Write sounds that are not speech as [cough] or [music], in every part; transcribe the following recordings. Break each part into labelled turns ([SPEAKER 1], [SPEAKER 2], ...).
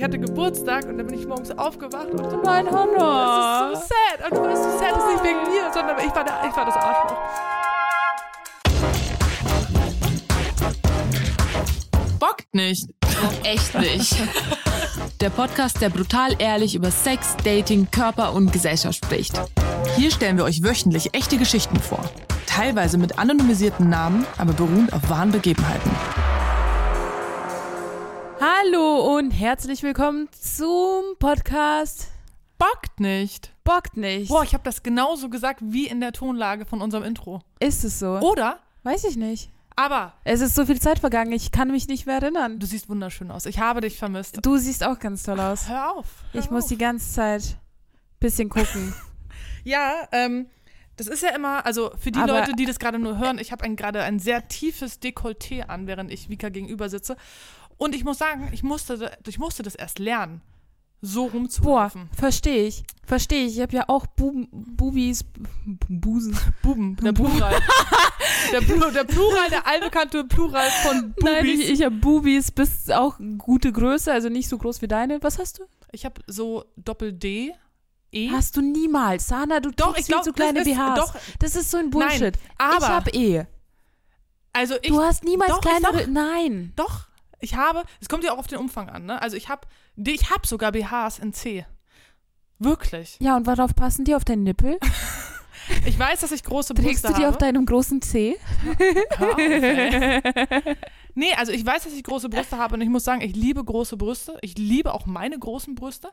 [SPEAKER 1] hatte Geburtstag und dann bin ich morgens aufgewacht und dachte, nein,
[SPEAKER 2] "Oh,
[SPEAKER 1] Hannah. Das ist so sad. Und du warst so sad, das ist nicht wegen mir, sondern ich war, der, ich war das Arschloch.
[SPEAKER 2] Bockt nicht.
[SPEAKER 3] Echt nicht.
[SPEAKER 2] [laughs] Der Podcast, der brutal ehrlich über Sex, Dating, Körper und Gesellschaft spricht. Hier stellen wir euch wöchentlich echte Geschichten vor. Teilweise mit anonymisierten Namen, aber beruhend auf wahren Begebenheiten.
[SPEAKER 1] Hallo und herzlich willkommen zum Podcast
[SPEAKER 2] Bockt nicht.
[SPEAKER 1] Bockt nicht.
[SPEAKER 2] Boah, ich habe das genauso gesagt wie in der Tonlage von unserem Intro.
[SPEAKER 1] Ist es so?
[SPEAKER 2] Oder?
[SPEAKER 1] Weiß ich nicht.
[SPEAKER 2] Aber
[SPEAKER 1] Es ist so viel Zeit vergangen, ich kann mich nicht mehr erinnern.
[SPEAKER 2] du siehst wunderschön aus. Ich habe dich vermisst.
[SPEAKER 1] Du siehst auch ganz toll aus.
[SPEAKER 2] Hör auf. Hör
[SPEAKER 1] Ich muss
[SPEAKER 2] auf.
[SPEAKER 1] die ganze Zeit bisschen gucken.
[SPEAKER 2] Ja, ähm, das ist ja immer, also für die
[SPEAKER 1] Aber-
[SPEAKER 2] Leute, die das gerade nur hören, ich habe ein, gerade ein sehr tiefes Dekolleté an, während ich Vika gegenüber sitze. Und ich muss sagen, ich musste, da- ich musste das erst lernen, so
[SPEAKER 1] Boah,
[SPEAKER 2] rumzulaufen.
[SPEAKER 1] verstehe ich. Verstehe ich. Ich habe ja auch Buben, Bubis, B-
[SPEAKER 2] [laughs]
[SPEAKER 1] Busen.
[SPEAKER 2] Buben, der Plural.
[SPEAKER 1] [laughs]
[SPEAKER 2] der, Plu- der Plural, der allbekannte Plural von Bubis.
[SPEAKER 1] Nein, ich, ich habe Bubis bis auch gute Größe, also nicht so groß wie deine. Was hast du?
[SPEAKER 2] ich habe so Doppel-D, E.
[SPEAKER 1] Hast du niemals. Sana, du
[SPEAKER 2] Doch,
[SPEAKER 1] trägst
[SPEAKER 2] ich glaub,
[SPEAKER 1] viel zu kleine
[SPEAKER 2] das ist-
[SPEAKER 1] BHs.
[SPEAKER 2] doch.
[SPEAKER 1] Das ist so ein Bullshit.
[SPEAKER 2] aber-
[SPEAKER 1] ich habe eh.
[SPEAKER 2] Also ich,
[SPEAKER 1] Du hast niemals
[SPEAKER 2] Doch, ich
[SPEAKER 1] kleinere.
[SPEAKER 2] sag-
[SPEAKER 1] Nein.
[SPEAKER 2] Doch, ich habe, es kommt ja auch auf den Umfang an, ne? Also ich habe, ich habe sogar BHs in C. Wirklich.
[SPEAKER 1] Ja, und worauf passen die auf
[SPEAKER 2] [laughs]
[SPEAKER 1] deinen Nippel?
[SPEAKER 2] Ich weiß, dass ich große
[SPEAKER 1] Trägst
[SPEAKER 2] Brüste
[SPEAKER 1] du die
[SPEAKER 2] habe.
[SPEAKER 1] auf deinem großen Zeh?
[SPEAKER 2] Hör auf, ey.
[SPEAKER 1] [laughs]
[SPEAKER 2] nee, also ich weiß, dass ich große Brüste habe und ich muss sagen, ich liebe große Brüste. Ich liebe auch meine großen Brüste.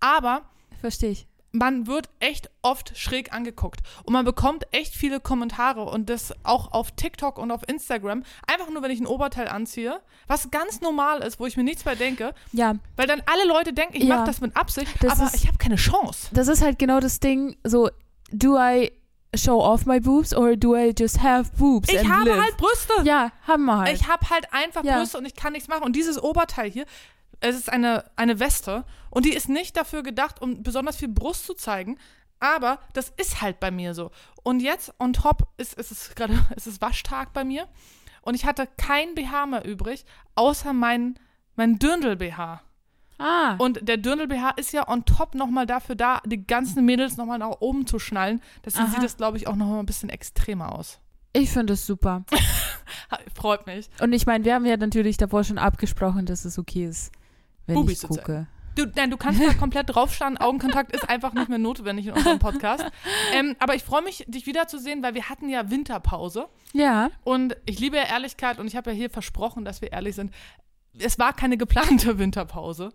[SPEAKER 2] Aber
[SPEAKER 1] Verstehe ich.
[SPEAKER 2] man wird echt oft schräg angeguckt. Und man bekommt echt viele Kommentare und das auch auf TikTok und auf Instagram. Einfach nur, wenn ich ein Oberteil anziehe, was ganz normal ist, wo ich mir nichts bei denke.
[SPEAKER 1] Ja,
[SPEAKER 2] Weil dann alle Leute denken, ich
[SPEAKER 1] Ja.
[SPEAKER 2] mache das mit Absicht,
[SPEAKER 1] Das
[SPEAKER 2] aber
[SPEAKER 1] ist-
[SPEAKER 2] ich habe keine Chance.
[SPEAKER 1] das ist halt genau das Ding, so, do I show off my boobs or do I just have boobs
[SPEAKER 2] Ich
[SPEAKER 1] and
[SPEAKER 2] habe
[SPEAKER 1] live?
[SPEAKER 2] halt Brüste.
[SPEAKER 1] ja, haben wir halt.
[SPEAKER 2] Ich habe halt einfach
[SPEAKER 1] Ja.
[SPEAKER 2] Brüste und ich kann nichts machen. Und dieses Oberteil hier, es ist eine, eine Weste und die ist nicht dafür gedacht, um besonders viel Brust zu zeigen. Aber das ist halt bei mir so. Und jetzt on top ist, ist es gerade, [laughs] es ist Waschtag bei mir. Und ich hatte kein BH mehr übrig, außer mein, mein Dürndl-BH.
[SPEAKER 1] ah,
[SPEAKER 2] Und der Dürndl-BH ist ja on top nochmal dafür da, die ganzen Mädels nochmal nach oben zu schnallen. Deswegen
[SPEAKER 1] Aha.
[SPEAKER 2] sieht das, glaube ich, auch nochmal ein bisschen extremer aus.
[SPEAKER 1] ich finde es super.
[SPEAKER 2] Ha, Freut mich.
[SPEAKER 1] Und ich meine, wir haben ja natürlich davor schon abgesprochen, dass es okay ist, wenn
[SPEAKER 2] Bubis
[SPEAKER 1] ich
[SPEAKER 2] zu zeigen.
[SPEAKER 1] gucke.
[SPEAKER 2] Du, nein, du
[SPEAKER 1] [laughs]
[SPEAKER 2] kannst da komplett draufstarren. Augenkontakt ist einfach nicht mehr notwendig in unserem Podcast. Ähm, aber ich freue mich, dich wiederzusehen, weil wir hatten ja Winterpause.
[SPEAKER 1] Ja,
[SPEAKER 2] Und ich liebe ja Ehrlichkeit und ich habe ja hier versprochen, dass wir ehrlich sind. Es war keine geplante Winterpause.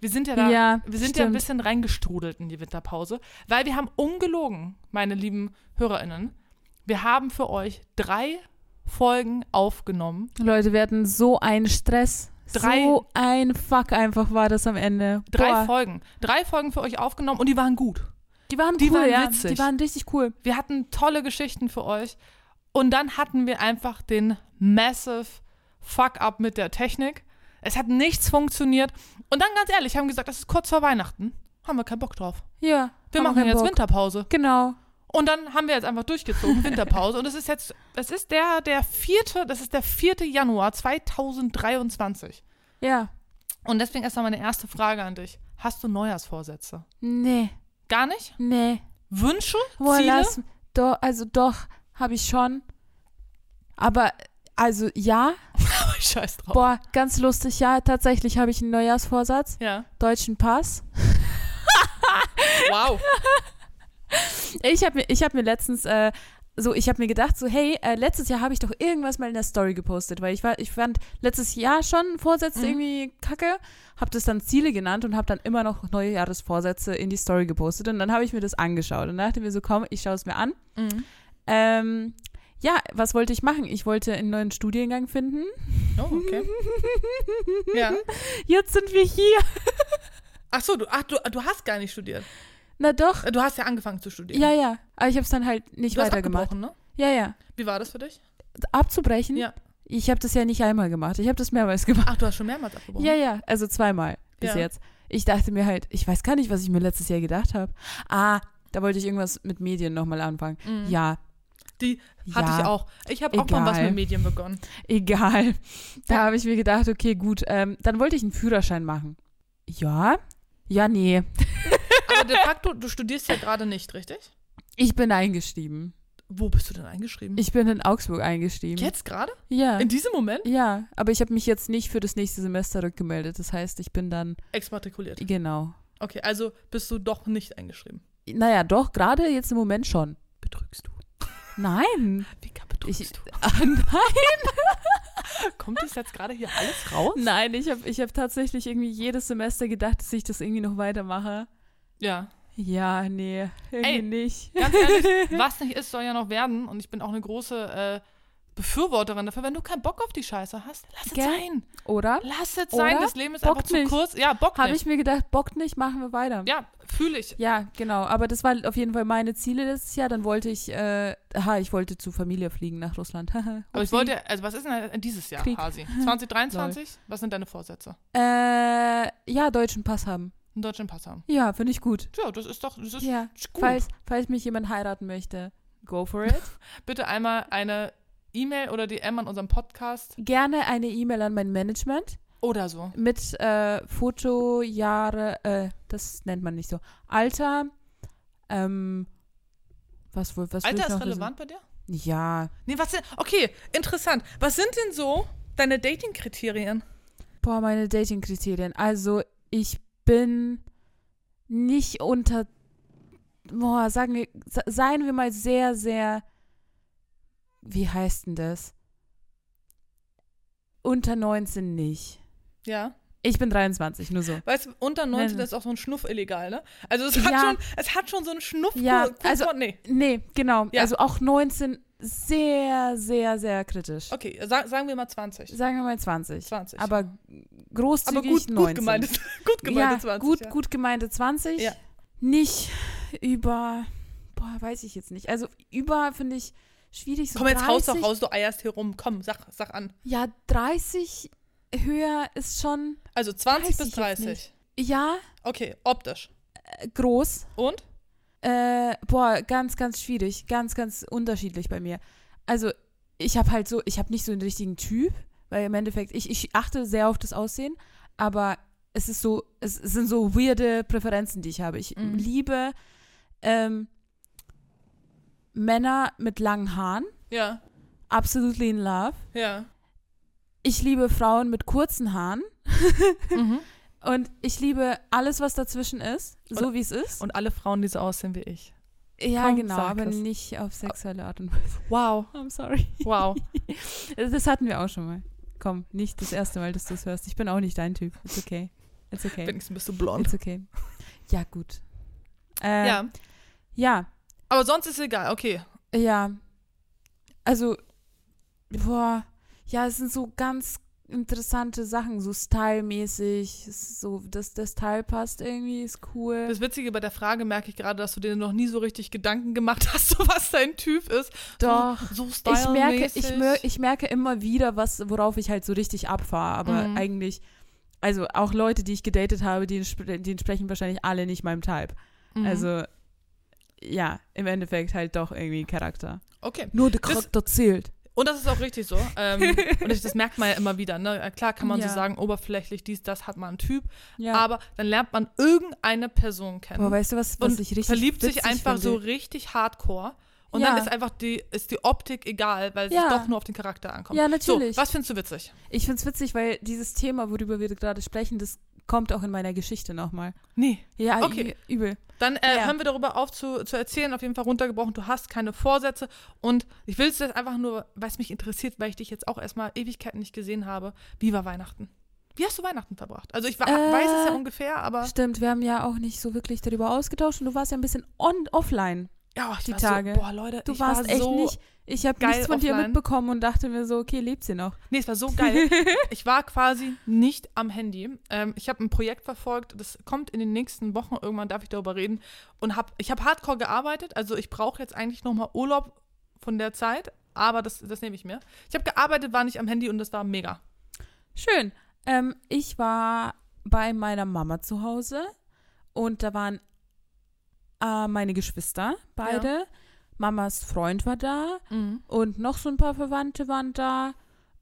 [SPEAKER 2] Wir sind ja da,
[SPEAKER 1] Ja,
[SPEAKER 2] wir sind ja ein
[SPEAKER 1] stimmt.
[SPEAKER 2] bisschen reingestrudelt in die Winterpause, weil wir haben ungelogen, meine lieben HörerInnen. Wir haben für euch drei Folgen aufgenommen.
[SPEAKER 1] Leute, wir hatten so einen Stress.
[SPEAKER 2] Drei-
[SPEAKER 1] So ein Fuck einfach war das am Ende.
[SPEAKER 2] Drei
[SPEAKER 1] Boah,
[SPEAKER 2] Folgen. Drei Folgen für euch aufgenommen und die waren gut.
[SPEAKER 1] die waren
[SPEAKER 2] die
[SPEAKER 1] cool,
[SPEAKER 2] waren
[SPEAKER 1] ja.
[SPEAKER 2] witzig.
[SPEAKER 1] Die waren richtig cool.
[SPEAKER 2] Wir hatten tolle Geschichten für euch. Und dann hatten wir einfach den massive Fuck-up mit der Technik. Es hat nichts funktioniert. Und dann ganz ehrlich, haben wir gesagt, das ist kurz vor Weihnachten. Haben wir keinen Bock drauf.
[SPEAKER 1] Ja.
[SPEAKER 2] Wir
[SPEAKER 1] haben
[SPEAKER 2] machen
[SPEAKER 1] keinen
[SPEAKER 2] jetzt
[SPEAKER 1] Bock.
[SPEAKER 2] Winterpause.
[SPEAKER 1] Genau.
[SPEAKER 2] Und dann haben wir jetzt einfach
[SPEAKER 1] [laughs]
[SPEAKER 2] durchgezogen, Winterpause. Und es ist jetzt, es ist der, der vierte, das ist der vierte Januar 2023.
[SPEAKER 1] Ja.
[SPEAKER 2] Und deswegen erstmal meine erste Frage an dich. Hast du Neujahrsvorsätze?
[SPEAKER 1] Nee,
[SPEAKER 2] Gar nicht?
[SPEAKER 1] nee.
[SPEAKER 2] Wünsche? [laughs]
[SPEAKER 1] Boah,
[SPEAKER 2] Ziele?
[SPEAKER 1] lass, doch, also doch, habe ich schon. Aber, also ja,
[SPEAKER 2] Scheiß drauf.
[SPEAKER 1] boah, ganz lustig, ja, tatsächlich habe ich einen Neujahrsvorsatz,
[SPEAKER 2] Ja.
[SPEAKER 1] deutschen Pass.
[SPEAKER 2] Wow.
[SPEAKER 1] Ich habe mir, ich hab mir letztens, äh, so, ich habe mir gedacht, so, hey, äh, letztes Jahr habe ich doch irgendwas mal in der Story gepostet, weil ich war, ich fand letztes Jahr schon Vorsätze
[SPEAKER 2] Mhm.
[SPEAKER 1] irgendwie kacke, habe das dann Ziele genannt und habe dann immer noch neue Jahresvorsätze in die Story gepostet und dann habe ich mir das angeschaut und dachte mir so, komm, ich schaue es mir an.
[SPEAKER 2] Mhm.
[SPEAKER 1] Ähm, ja, was wollte ich machen? Ich wollte einen neuen Studiengang finden. [laughs]
[SPEAKER 2] Oh, okay. Ja.
[SPEAKER 1] Jetzt sind wir hier.
[SPEAKER 2] Ach so, du, ach, du, du hast gar nicht studiert.
[SPEAKER 1] Na doch.
[SPEAKER 2] Äh, Du hast ja angefangen zu studieren.
[SPEAKER 1] Ja, ja. Aber ich habe es dann halt nicht
[SPEAKER 2] du hast
[SPEAKER 1] weitergemacht.
[SPEAKER 2] abgebrochen, ne?
[SPEAKER 1] Ja, ja.
[SPEAKER 2] Wie war das für dich?
[SPEAKER 1] Abzubrechen?
[SPEAKER 2] Ja.
[SPEAKER 1] Ich habe das ja nicht einmal gemacht. Ich habe das mehrmals [laughs] gemacht.
[SPEAKER 2] Ach, du hast schon mehrmals abgebrochen.
[SPEAKER 1] Ja, ja. Also zweimal bis
[SPEAKER 2] Ja.
[SPEAKER 1] jetzt. Ich dachte mir halt, ich weiß gar nicht, was ich mir letztes Jahr gedacht habe. Ah, da wollte ich irgendwas mit Medien nochmal anfangen.
[SPEAKER 2] Mhm.
[SPEAKER 1] Ja,
[SPEAKER 2] Die hatte
[SPEAKER 1] ja.
[SPEAKER 2] ich auch. Ich habe auch mal was
[SPEAKER 1] Egal.
[SPEAKER 2] mit Medien begonnen.
[SPEAKER 1] egal. Da
[SPEAKER 2] Ja.
[SPEAKER 1] habe ich mir gedacht, okay, gut. Ähm, dann wollte ich einen Führerschein machen. Ja, ja, nee.
[SPEAKER 2] Aber de facto, du studierst ja gerade nicht, richtig?
[SPEAKER 1] Ich bin eingeschrieben.
[SPEAKER 2] Wo bist du denn eingeschrieben?
[SPEAKER 1] Ich bin in Augsburg eingeschrieben.
[SPEAKER 2] Mhm. Jetzt gerade?
[SPEAKER 1] Ja.
[SPEAKER 2] In diesem Moment?
[SPEAKER 1] Ja, aber ich habe mich jetzt nicht für das nächste Semester rückgemeldet. Das heißt, ich bin dann,
[SPEAKER 2] Exmatrikuliert.
[SPEAKER 1] genau.
[SPEAKER 2] Okay, also bist du doch nicht eingeschrieben.
[SPEAKER 1] Naja, doch, gerade jetzt im Moment schon.
[SPEAKER 2] Betrügst du?
[SPEAKER 1] Nein.
[SPEAKER 2] Vika,
[SPEAKER 1] Ich,
[SPEAKER 2] betrügst
[SPEAKER 1] [laughs] ah, nein,
[SPEAKER 2] du? Kommt das jetzt gerade hier alles raus?
[SPEAKER 1] nein, ich habe ich hab tatsächlich irgendwie jedes Semester gedacht, dass ich das irgendwie noch weitermache.
[SPEAKER 2] Ja.
[SPEAKER 1] Ja, nee, irgendwie
[SPEAKER 2] Ey.
[SPEAKER 1] nicht.
[SPEAKER 2] Ganz
[SPEAKER 1] [laughs]
[SPEAKER 2] ehrlich, was nicht ist, soll ja noch werden. Und ich bin auch eine große äh, Befürworterin dafür. Wenn du keinen Bock auf die Scheiße hast, lass
[SPEAKER 1] Gell?
[SPEAKER 2] es sein.
[SPEAKER 1] Oder?
[SPEAKER 2] Lass es
[SPEAKER 1] Oder?
[SPEAKER 2] sein. Das Leben ist
[SPEAKER 1] Bockt
[SPEAKER 2] einfach zu
[SPEAKER 1] nicht.
[SPEAKER 2] kurz. Ja, Bock
[SPEAKER 1] Habe
[SPEAKER 2] nicht.
[SPEAKER 1] ich mir gedacht, bockt nicht, machen wir weiter.
[SPEAKER 2] Ja, fühle ich.
[SPEAKER 1] Ja, genau. Aber das war auf jeden Fall meine Ziele letztes Jahr. Dann wollte ich, äh, ha, ich wollte zu Familie fliegen nach Russland. [laughs] Haha.
[SPEAKER 2] Aber ich
[SPEAKER 1] Upsi.
[SPEAKER 2] wollte, also was ist denn dieses Jahr,
[SPEAKER 1] Krieg. [laughs]
[SPEAKER 2] Hasi? 2023? Was sind deine Vorsätze?
[SPEAKER 1] Äh, ja, deutschen Pass haben.
[SPEAKER 2] Einen deutschen Pass haben.
[SPEAKER 1] Ja, finde ich gut.
[SPEAKER 2] Tja, das ist doch, das ist
[SPEAKER 1] Ja.
[SPEAKER 2] gut.
[SPEAKER 1] Falls, falls mich jemand heiraten möchte, go for it. [laughs]
[SPEAKER 2] Bitte einmal eine E-Mail oder DM an unserem Podcast
[SPEAKER 1] Gerne eine E-Mail an mein Management
[SPEAKER 2] oder so.
[SPEAKER 1] mit äh, Foto, Jahre, äh, das nennt man nicht so. Alter, ähm, was wohl, was will
[SPEAKER 2] Alter
[SPEAKER 1] ich
[SPEAKER 2] ist
[SPEAKER 1] noch
[SPEAKER 2] relevant bei dir?
[SPEAKER 1] Wissen? Ja,
[SPEAKER 2] Nee, was denn? Okay, interessant. Was sind denn so deine Dating-Kriterien?
[SPEAKER 1] Boah, meine Dating-Kriterien. Also, ich bin nicht unter. Boah, sagen wir, se- seien wir mal sehr, sehr. Wie heißt denn das? Unter 19 nicht.
[SPEAKER 2] Ja.
[SPEAKER 1] Ich bin 23, nur so.
[SPEAKER 2] Weißt du, unter 19
[SPEAKER 1] Nein.
[SPEAKER 2] ist auch so ein Schnuff illegal, ne? Also es hat,
[SPEAKER 1] Ja.
[SPEAKER 2] schon, es hat schon so einen Schnuff.
[SPEAKER 1] Ja,
[SPEAKER 2] kurz- kurz
[SPEAKER 1] also-
[SPEAKER 2] vor- nee.
[SPEAKER 1] Nee, genau.
[SPEAKER 2] Ja.
[SPEAKER 1] Also auch 19 sehr, sehr, sehr kritisch.
[SPEAKER 2] Okay, sa sagen wir mal 20.
[SPEAKER 1] Sagen wir mal 20.
[SPEAKER 2] 20.
[SPEAKER 1] Aber großzügig
[SPEAKER 2] Aber gut,
[SPEAKER 1] 19.
[SPEAKER 2] gut gemeinte, [laughs] gut gemeinte
[SPEAKER 1] ja,
[SPEAKER 2] 20.
[SPEAKER 1] Gut,
[SPEAKER 2] ja.
[SPEAKER 1] gut gemeinte 20.
[SPEAKER 2] Ja.
[SPEAKER 1] Nicht über, boah, weiß ich jetzt nicht. Also über finde ich schwierig. So
[SPEAKER 2] Komm, jetzt
[SPEAKER 1] 30,
[SPEAKER 2] haust doch raus, du eierst hier rum. Komm, sag, sag an.
[SPEAKER 1] Ja, 30 höher ist schon,
[SPEAKER 2] Also 20
[SPEAKER 1] Weiß
[SPEAKER 2] bis
[SPEAKER 1] ich jetzt
[SPEAKER 2] 30.
[SPEAKER 1] ja,
[SPEAKER 2] Okay, optisch.
[SPEAKER 1] äh, groß.
[SPEAKER 2] Und?
[SPEAKER 1] Äh, boah, ganz, ganz schwierig. Ganz, ganz unterschiedlich bei mir. Also ich habe halt so, ich habe nicht so einen richtigen Typ, weil im Endeffekt, ich, ich achte sehr auf das Aussehen, aber es ist so, es, es sind so weirde Präferenzen, die ich habe. Ich
[SPEAKER 2] Mhm.
[SPEAKER 1] liebe ähm, Männer mit langen Haaren,
[SPEAKER 2] Ja,
[SPEAKER 1] absolutely in love. [laughs]
[SPEAKER 2] ja.
[SPEAKER 1] Ich liebe Frauen mit kurzen Haaren
[SPEAKER 2] Mhm.
[SPEAKER 1] und ich liebe alles, was dazwischen ist, so wie es ist.
[SPEAKER 2] Und alle Frauen, die so aussehen wie ich.
[SPEAKER 1] ja,
[SPEAKER 2] kaum
[SPEAKER 1] genau,
[SPEAKER 2] sagt
[SPEAKER 1] aber
[SPEAKER 2] es.
[SPEAKER 1] nicht auf sexuelle Art und Weise. [laughs]
[SPEAKER 2] Wow,
[SPEAKER 1] I'm sorry.
[SPEAKER 2] wow.
[SPEAKER 1] Äh, Das hatten wir auch schon mal. Komm, nicht das erste Mal, dass du es hörst. Ich bin auch nicht dein Typ. It's okay. It's
[SPEAKER 2] [laughs]
[SPEAKER 1] okay.
[SPEAKER 2] Wenigstens bist du blond.
[SPEAKER 1] It's okay. Ja, gut. Äh, ja.
[SPEAKER 2] Ja,
[SPEAKER 1] ja.
[SPEAKER 2] aber sonst ist egal. Okay,
[SPEAKER 1] Ja. Also, boah. Ja, es sind so ganz interessante Sachen, so stylmäßig. Es ist So, dass der Style passt irgendwie, ist cool.
[SPEAKER 2] Das Witzige bei der Frage merke ich gerade, dass du dir noch nie so richtig Gedanken gemacht hast, [laughs] so was dein Typ ist.
[SPEAKER 1] Doch.
[SPEAKER 2] So, so
[SPEAKER 1] Ich merke, ich,
[SPEAKER 2] stylemäßig.
[SPEAKER 1] mer ich merke immer wieder, was, worauf ich halt so richtig abfahre. Aber
[SPEAKER 2] Mhm.
[SPEAKER 1] eigentlich, also auch Leute, die ich gedatet habe, die, entsp- die entsprechen wahrscheinlich alle nicht meinem Type.
[SPEAKER 2] Mhm.
[SPEAKER 1] Also, ja, im Endeffekt halt doch irgendwie Charakter.
[SPEAKER 2] Okay.
[SPEAKER 1] Nur der
[SPEAKER 2] Charakter
[SPEAKER 1] zählt.
[SPEAKER 2] Und das ist auch richtig so.
[SPEAKER 1] [laughs]
[SPEAKER 2] Ähm, und ich, das merkt man ja immer wieder. Ne? Klar kann man
[SPEAKER 1] Ja.
[SPEAKER 2] so sagen, oberflächlich, dies, das hat man einen Typ.
[SPEAKER 1] Ja.
[SPEAKER 2] Aber dann lernt man irgendeine Person kennen.
[SPEAKER 1] Boah, weißt du, was, was
[SPEAKER 2] und
[SPEAKER 1] ich richtig
[SPEAKER 2] verliebt sich
[SPEAKER 1] witzig
[SPEAKER 2] einfach
[SPEAKER 1] finde?
[SPEAKER 2] so richtig hardcore. Und
[SPEAKER 1] Ja.
[SPEAKER 2] dann ist einfach die, ist die Optik egal, weil es
[SPEAKER 1] Ja.
[SPEAKER 2] doch nur auf den Charakter ankommt.
[SPEAKER 1] Ja, natürlich.
[SPEAKER 2] So, was findest du witzig?
[SPEAKER 1] Ich finde es witzig, weil dieses Thema, worüber wir gerade sprechen, das kommt auch in meiner Geschichte nochmal.
[SPEAKER 2] Nee.
[SPEAKER 1] Ja,
[SPEAKER 2] Okay.
[SPEAKER 1] ü- übel.
[SPEAKER 2] Dann äh,
[SPEAKER 1] Ja.
[SPEAKER 2] hören wir darüber auf zu, zu erzählen. Auf jeden Fall runtergebrochen, du hast keine Vorsätze. Und ich will es jetzt einfach nur, weil es mich interessiert, weil ich dich jetzt auch erstmal Ewigkeiten nicht gesehen habe. Wie war Weihnachten? Wie hast du Weihnachten verbracht? Also ich wa-
[SPEAKER 1] Äh,
[SPEAKER 2] weiß es ja ungefähr, aber
[SPEAKER 1] Stimmt, wir haben ja auch nicht so wirklich darüber ausgetauscht und du warst ja ein bisschen on offline.
[SPEAKER 2] ja, ich
[SPEAKER 1] die
[SPEAKER 2] war
[SPEAKER 1] Tage.
[SPEAKER 2] So, boah, Leute,
[SPEAKER 1] Du
[SPEAKER 2] ich
[SPEAKER 1] warst
[SPEAKER 2] war
[SPEAKER 1] echt
[SPEAKER 2] so,
[SPEAKER 1] nicht. Ich habe
[SPEAKER 2] geil
[SPEAKER 1] nichts von dir
[SPEAKER 2] offline.
[SPEAKER 1] mitbekommen und dachte mir so, okay, lebt sie noch?
[SPEAKER 2] Nee, es war so
[SPEAKER 1] [laughs]
[SPEAKER 2] geil. ich war quasi nicht am Handy. Ähm, ich habe ein Projekt verfolgt, das kommt in den nächsten Wochen, irgendwann darf ich darüber reden. Und hab, ich habe hardcore gearbeitet, also ich brauche jetzt eigentlich nochmal Urlaub von der Zeit, aber das, das nehme ich mir. Ich habe gearbeitet, war nicht am Handy und das war mega.
[SPEAKER 1] Schön. Ähm, ich war bei meiner Mama zu Hause und da waren äh, meine Geschwister beide. Mamas Mhm. Freund war da und noch so ein paar Verwandte waren da.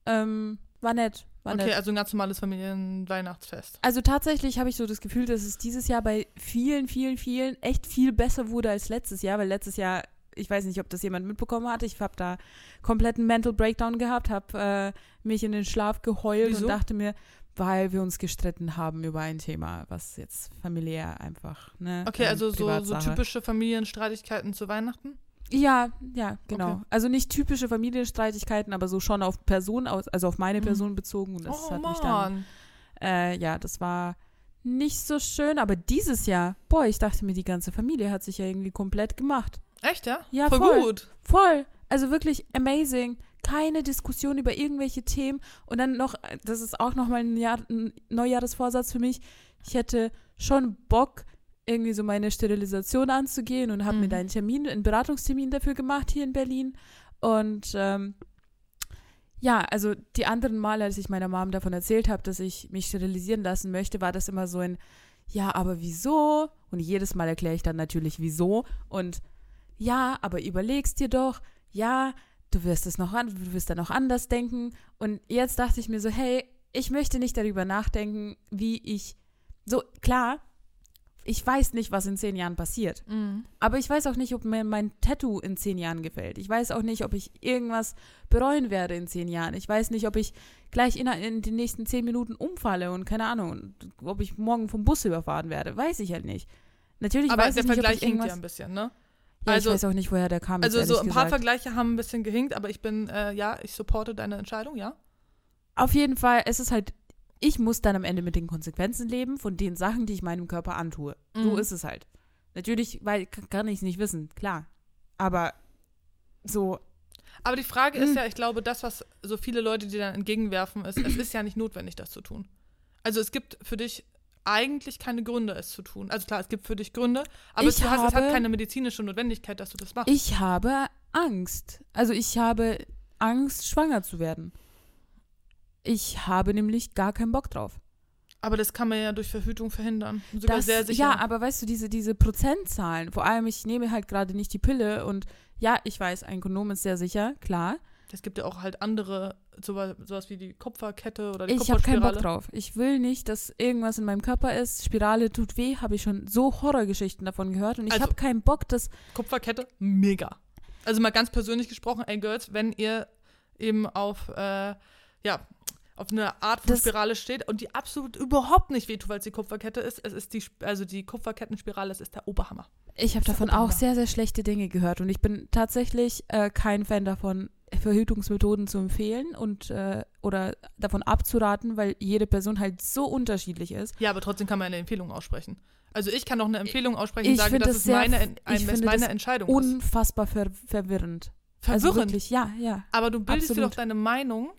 [SPEAKER 1] Ähm, war nett, war War
[SPEAKER 2] okay,
[SPEAKER 1] nett.
[SPEAKER 2] also ein ganz normales Familienweihnachtsfest.
[SPEAKER 1] Also tatsächlich habe ich so das Gefühl, dass es dieses Jahr bei vielen, vielen, vielen echt viel besser wurde als letztes Jahr, weil letztes Jahr, ich weiß nicht, ob das jemand mitbekommen hat, ich habe da kompletten Mental Breakdown gehabt, habe äh, mich in den Schlaf geheult
[SPEAKER 2] Wieso?
[SPEAKER 1] und dachte mir, weil wir uns gestritten haben über ein Thema, was jetzt familiär einfach, ne?
[SPEAKER 2] Okay,
[SPEAKER 1] ähm,
[SPEAKER 2] also so, so
[SPEAKER 1] Privatsache.
[SPEAKER 2] typische Familienstreitigkeiten zu Weihnachten.
[SPEAKER 1] Ja, ja, genau.
[SPEAKER 2] Okay.
[SPEAKER 1] Also nicht typische Familienstreitigkeiten, aber so schon auf Personen, aus, also auf meine
[SPEAKER 2] Mhm.
[SPEAKER 1] Person bezogen und das
[SPEAKER 2] oh
[SPEAKER 1] hat
[SPEAKER 2] Mann.
[SPEAKER 1] mich dann äh, ja, das war nicht so schön, aber dieses Jahr, boah, ich dachte mir, die ganze Familie hat sich ja irgendwie komplett gemacht.
[SPEAKER 2] Echt, ja?
[SPEAKER 1] Ja,
[SPEAKER 2] Voll,
[SPEAKER 1] voll.
[SPEAKER 2] gut.
[SPEAKER 1] Voll, also wirklich amazing. Keine Diskussion über irgendwelche Themen und dann noch, äh, das ist auch nochmal ein, Jahr, ein Neujahresvorsatz für mich, ich hätte schon Bock, irgendwie so meine Sterilisation anzugehen und habe
[SPEAKER 2] Mhm.
[SPEAKER 1] mir da einen Termin, einen Beratungstermin dafür gemacht hier in Berlin und ähm, ja, also die anderen Male, als ich meiner Mom davon erzählt habe, dass ich mich sterilisieren lassen möchte, war das immer so ein Ja, aber wieso? Und jedes Mal erkläre ich dann natürlich wieso und Ja, aber überlegst dir doch, ja, du wirst es noch an, du wirst da noch anders denken. Und jetzt dachte ich mir so, hey, ich möchte nicht darüber nachdenken, wie ich so klar. Ich weiß nicht, was in zehn Jahren passiert.
[SPEAKER 2] Mhm.
[SPEAKER 1] Aber ich weiß auch nicht, ob mir mein Tattoo in zehn Jahren gefällt. Ich weiß auch nicht, ob ich irgendwas bereuen werde in zehn Jahren. Ich weiß nicht, ob ich gleich in, in den nächsten zehn Minuten umfalle und keine Ahnung, und ob ich morgen vom Bus überfahren werde. Weiß ich halt nicht. Natürlich
[SPEAKER 2] Aber
[SPEAKER 1] weiß
[SPEAKER 2] der
[SPEAKER 1] ich nicht, ob
[SPEAKER 2] Vergleich
[SPEAKER 1] ich
[SPEAKER 2] hinkt
[SPEAKER 1] irgendwas.
[SPEAKER 2] ja ein bisschen, ne?
[SPEAKER 1] Ja,
[SPEAKER 2] also-
[SPEAKER 1] ich weiß auch nicht, woher der kam. jetzt
[SPEAKER 2] Also so ein
[SPEAKER 1] Hm, ehrlich
[SPEAKER 2] paar
[SPEAKER 1] gesagt.
[SPEAKER 2] Vergleiche haben ein bisschen gehinkt, aber ich bin, äh, ja, ich supporte deine Entscheidung, ja.
[SPEAKER 1] Auf jeden Fall, es ist halt, ich muss dann am Ende mit den Konsequenzen leben von den Sachen, die ich meinem Körper antue. So
[SPEAKER 2] Mhm.
[SPEAKER 1] ist es halt. Natürlich weil, kann ich es nicht wissen, klar. Aber so,
[SPEAKER 2] Aber die Frage
[SPEAKER 1] Mhm.
[SPEAKER 2] ist ja, ich glaube, das, was so viele Leute dir dann entgegenwerfen, ist, es ist ja nicht notwendig, das zu tun. Also es gibt für dich eigentlich keine Gründe, es zu tun. Also klar, es gibt für dich Gründe, aber
[SPEAKER 1] Ich
[SPEAKER 2] du hast, es hat
[SPEAKER 1] habe-
[SPEAKER 2] keine medizinische Notwendigkeit, dass du das machst.
[SPEAKER 1] ich habe Angst. Also ich habe Angst, schwanger zu werden. Ich habe nämlich gar keinen Bock drauf.
[SPEAKER 2] aber das kann man ja durch Verhütung verhindern. Sogar
[SPEAKER 1] Das-
[SPEAKER 2] sehr sicher.
[SPEAKER 1] Ja, aber weißt du, diese, diese Prozentzahlen, vor allem ich nehme halt gerade nicht die Pille und ja, ich weiß, ein Kondom ist sehr sicher, klar.
[SPEAKER 2] Es gibt ja auch halt andere, sowas, sowas wie die Kupferkette oder die
[SPEAKER 1] Ich habe
[SPEAKER 2] Kupferspirale.
[SPEAKER 1] keinen Bock drauf. Ich will nicht, dass irgendwas in meinem Körper ist. Spirale tut weh, habe ich schon so Horrorgeschichten davon gehört. Und ich
[SPEAKER 2] Also-
[SPEAKER 1] habe keinen Bock, dass.
[SPEAKER 2] Kupferkette, mega. Also mal ganz persönlich gesprochen, ey Girls, wenn ihr eben auf, äh, ja, auf eine Art von
[SPEAKER 1] Das-
[SPEAKER 2] Spirale steht und die absolut überhaupt nicht wehtut, weil es die Kupferkette ist, es ist die, Sp- also die Kupferkettenspirale, es ist der Oberhammer.
[SPEAKER 1] Ich habe
[SPEAKER 2] Das
[SPEAKER 1] davon
[SPEAKER 2] ist
[SPEAKER 1] auch
[SPEAKER 2] Opa.
[SPEAKER 1] sehr, sehr schlechte Dinge gehört. Und ich bin tatsächlich äh, kein Fan davon, Verhütungsmethoden zu empfehlen und äh, oder davon abzuraten, weil jede Person halt so unterschiedlich ist.
[SPEAKER 2] Ja, aber trotzdem kann man eine Empfehlung aussprechen. Also ich kann auch eine Empfehlung aussprechen und
[SPEAKER 1] Ich
[SPEAKER 2] sagen,
[SPEAKER 1] find
[SPEAKER 2] dass
[SPEAKER 1] das
[SPEAKER 2] es
[SPEAKER 1] sehr
[SPEAKER 2] meine,
[SPEAKER 1] f-
[SPEAKER 2] ein, es
[SPEAKER 1] ich finde
[SPEAKER 2] meine
[SPEAKER 1] das
[SPEAKER 2] Entscheidung ist.
[SPEAKER 1] Unfassbar ver verwirrend. Also
[SPEAKER 2] Verwirrend.
[SPEAKER 1] wirklich, ja, ja.
[SPEAKER 2] Aber du bildest dir
[SPEAKER 1] Absolut.
[SPEAKER 2] doch deine Meinung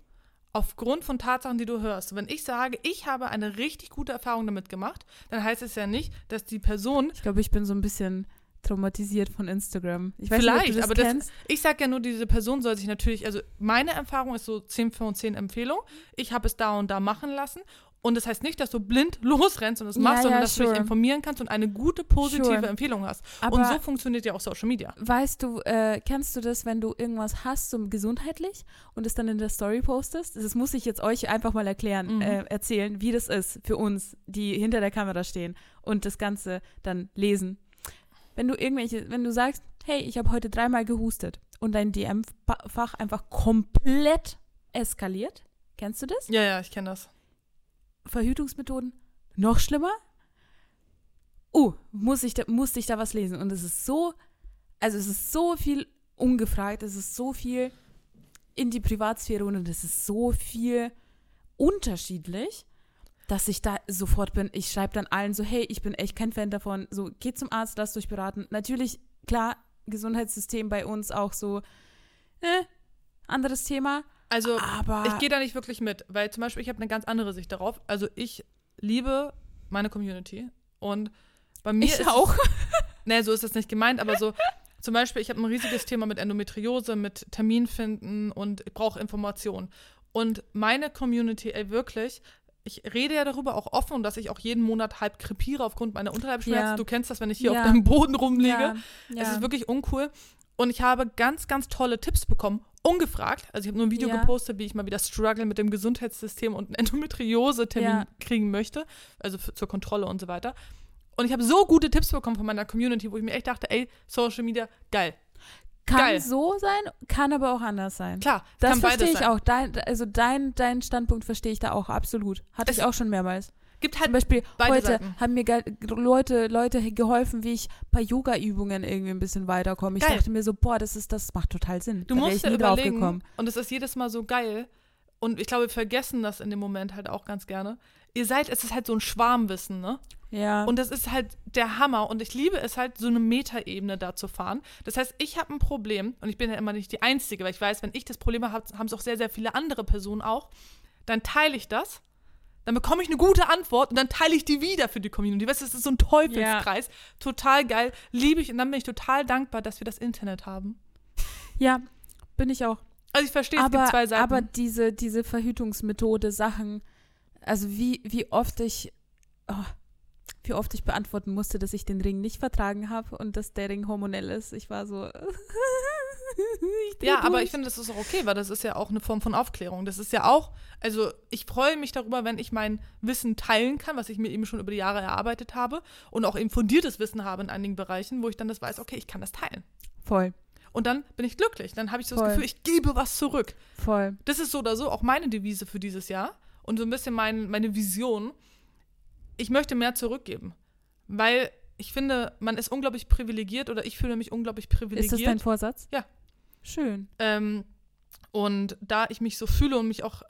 [SPEAKER 2] aufgrund von Tatsachen, die du hörst. Wenn ich sage, ich habe eine richtig gute Erfahrung damit gemacht, dann heißt es ja nicht, dass die Person
[SPEAKER 1] Ich glaube, ich bin so ein bisschen traumatisiert von Instagram. Ich weiß
[SPEAKER 2] Vielleicht,
[SPEAKER 1] nicht, ob du das
[SPEAKER 2] aber das-
[SPEAKER 1] kennst.
[SPEAKER 2] Ich sage ja nur, diese Person soll sich natürlich, also meine Erfahrung ist so 10 von 10 Empfehlung. Ich habe es da und da machen lassen. Und das heißt nicht, dass du blind [laughs] losrennst und es
[SPEAKER 1] Ja,
[SPEAKER 2] machst, sondern
[SPEAKER 1] ja,
[SPEAKER 2] dass du
[SPEAKER 1] sure.
[SPEAKER 2] dich informieren kannst und eine gute, positive
[SPEAKER 1] Sure.
[SPEAKER 2] Empfehlung hast.
[SPEAKER 1] aber
[SPEAKER 2] und so funktioniert ja auch Social Media.
[SPEAKER 1] Weißt du, äh, kennst du das, wenn du irgendwas hast, so gesundheitlich und es dann in der Story postest? Das muss ich jetzt euch einfach mal erklären,
[SPEAKER 2] Mhm.
[SPEAKER 1] äh, erzählen, wie das ist für uns, die hinter der Kamera stehen und das Ganze dann lesen. Wenn du irgendwelche, wenn du sagst, hey, ich habe heute dreimal gehustet und dein DM-Fach einfach komplett eskaliert, kennst du das?
[SPEAKER 2] Ja, ja, ich kenne das.
[SPEAKER 1] Verhütungsmethoden noch schlimmer. Oh, muss ich da, musste ich da was lesen? Und es ist so, also es ist so viel ungefragt, es ist so viel in die Privatsphäre und es ist so viel unterschiedlich, dass ich da sofort bin. Ich schreibe dann allen so, hey, ich bin echt kein Fan davon. So, geht zum Arzt, lasst euch beraten. Natürlich, klar, Gesundheitssystem bei uns auch so, ne, anderes Thema.
[SPEAKER 2] Also,
[SPEAKER 1] Aber
[SPEAKER 2] ich gehe da nicht wirklich mit, weil zum Beispiel ich habe eine ganz andere Sicht darauf. Also, ich liebe meine Community und bei mir ist
[SPEAKER 1] ich
[SPEAKER 2] es-
[SPEAKER 1] auch. [laughs]
[SPEAKER 2] Nee, so ist das nicht gemeint, aber so zum Beispiel, ich habe ein riesiges Thema mit Endometriose, mit Termin finden und ich brauche Informationen. Und meine Community, ey, wirklich, ich rede ja darüber auch offen, und dass ich auch jeden Monat halb krepiere aufgrund meiner Unterleibschmerzen.
[SPEAKER 1] Ja.
[SPEAKER 2] Du kennst das, wenn ich hier
[SPEAKER 1] Ja.
[SPEAKER 2] auf dem Boden rumliege.
[SPEAKER 1] Ja, ja.
[SPEAKER 2] Es ist wirklich uncool. Und ich habe ganz, ganz tolle Tipps bekommen, ungefragt, also ich habe nur ein Video
[SPEAKER 1] Ja.
[SPEAKER 2] gepostet, wie ich mal wieder Struggle mit dem Gesundheitssystem und einen [laughs] Endometriose-Termin
[SPEAKER 1] Ja.
[SPEAKER 2] kriegen möchte, also für, zur Kontrolle und so weiter. Und ich habe so gute Tipps bekommen von meiner Community, wo ich mir echt dachte, ey, Social Media, geil.
[SPEAKER 1] Kann
[SPEAKER 2] Geil.
[SPEAKER 1] so sein, kann aber auch anders sein.
[SPEAKER 2] Klar,
[SPEAKER 1] Das
[SPEAKER 2] kann beides
[SPEAKER 1] verstehe ich
[SPEAKER 2] sein.
[SPEAKER 1] auch. Dein, also dein, deinen Standpunkt verstehe ich da auch absolut. Hatte
[SPEAKER 2] Es-
[SPEAKER 1] ich auch schon mehrmals.
[SPEAKER 2] Gibt
[SPEAKER 1] Zum
[SPEAKER 2] halt
[SPEAKER 1] Beispiel
[SPEAKER 2] beide
[SPEAKER 1] heute
[SPEAKER 2] Seiten.
[SPEAKER 1] haben mir ge- Leute, Leute geholfen, wie ich bei Yoga-Übungen irgendwie ein bisschen weiterkomme. Ich
[SPEAKER 2] Geil.
[SPEAKER 1] dachte mir so, boah, das ist, das macht total Sinn.
[SPEAKER 2] Du
[SPEAKER 1] da wär
[SPEAKER 2] musst
[SPEAKER 1] ich
[SPEAKER 2] dir
[SPEAKER 1] nie
[SPEAKER 2] überlegen,
[SPEAKER 1] draufgekommen.
[SPEAKER 2] und es ist jedes Mal so geil. Und ich glaube, wir vergessen das in dem Moment halt auch ganz gerne. Ihr seid, es ist halt so ein Schwarmwissen, ne?
[SPEAKER 1] Ja.
[SPEAKER 2] Und das ist halt der Hammer. Und ich liebe es halt, so eine Metaebene da zu fahren. Das heißt, ich habe ein Problem und ich bin ja immer nicht die Einzige, weil ich weiß, wenn ich das Problem habe, haben es auch sehr, sehr viele andere Personen auch. Dann teile ich das, dann bekomme ich eine gute Antwort und dann teile ich die wieder für die Community. Weißt du, das ist so ein Teufelskreis. Total geil, liebe ich. Und dann bin ich total dankbar, dass wir das Internet haben.
[SPEAKER 1] ja, bin ich auch.
[SPEAKER 2] Also ich verstehe, es
[SPEAKER 1] aber,
[SPEAKER 2] gibt zwei Seiten.
[SPEAKER 1] aber diese, diese Verhütungsmethode, Sachen, also wie, wie oft ich, oh, wie oft ich beantworten musste, dass ich den Ring nicht vertragen habe und dass der Ring hormonell ist. Ich war so. [laughs] ich dreh
[SPEAKER 2] Ja, aber
[SPEAKER 1] durch.
[SPEAKER 2] ich finde, das ist auch okay, weil das ist ja auch eine Form von Aufklärung. Das ist ja auch, also ich freue mich darüber, wenn ich mein Wissen teilen kann, was ich mir eben schon über die Jahre erarbeitet habe und auch eben fundiertes Wissen habe in einigen Bereichen, wo ich dann das weiß, okay, ich kann das teilen.
[SPEAKER 1] Voll,
[SPEAKER 2] Und dann bin ich glücklich. Dann habe ich so
[SPEAKER 1] Voll.
[SPEAKER 2] das Gefühl, ich gebe was zurück.
[SPEAKER 1] voll.
[SPEAKER 2] Das ist so oder so auch meine Devise für dieses Jahr und so ein bisschen mein, meine Vision. Ich möchte mehr zurückgeben, weil ich finde, man ist unglaublich privilegiert oder ich fühle mich unglaublich
[SPEAKER 1] Ist
[SPEAKER 2] privilegiert.
[SPEAKER 1] das dein Vorsatz?
[SPEAKER 2] Ja.
[SPEAKER 1] Schön.
[SPEAKER 2] Ähm, und da ich mich so fühle und mich auch,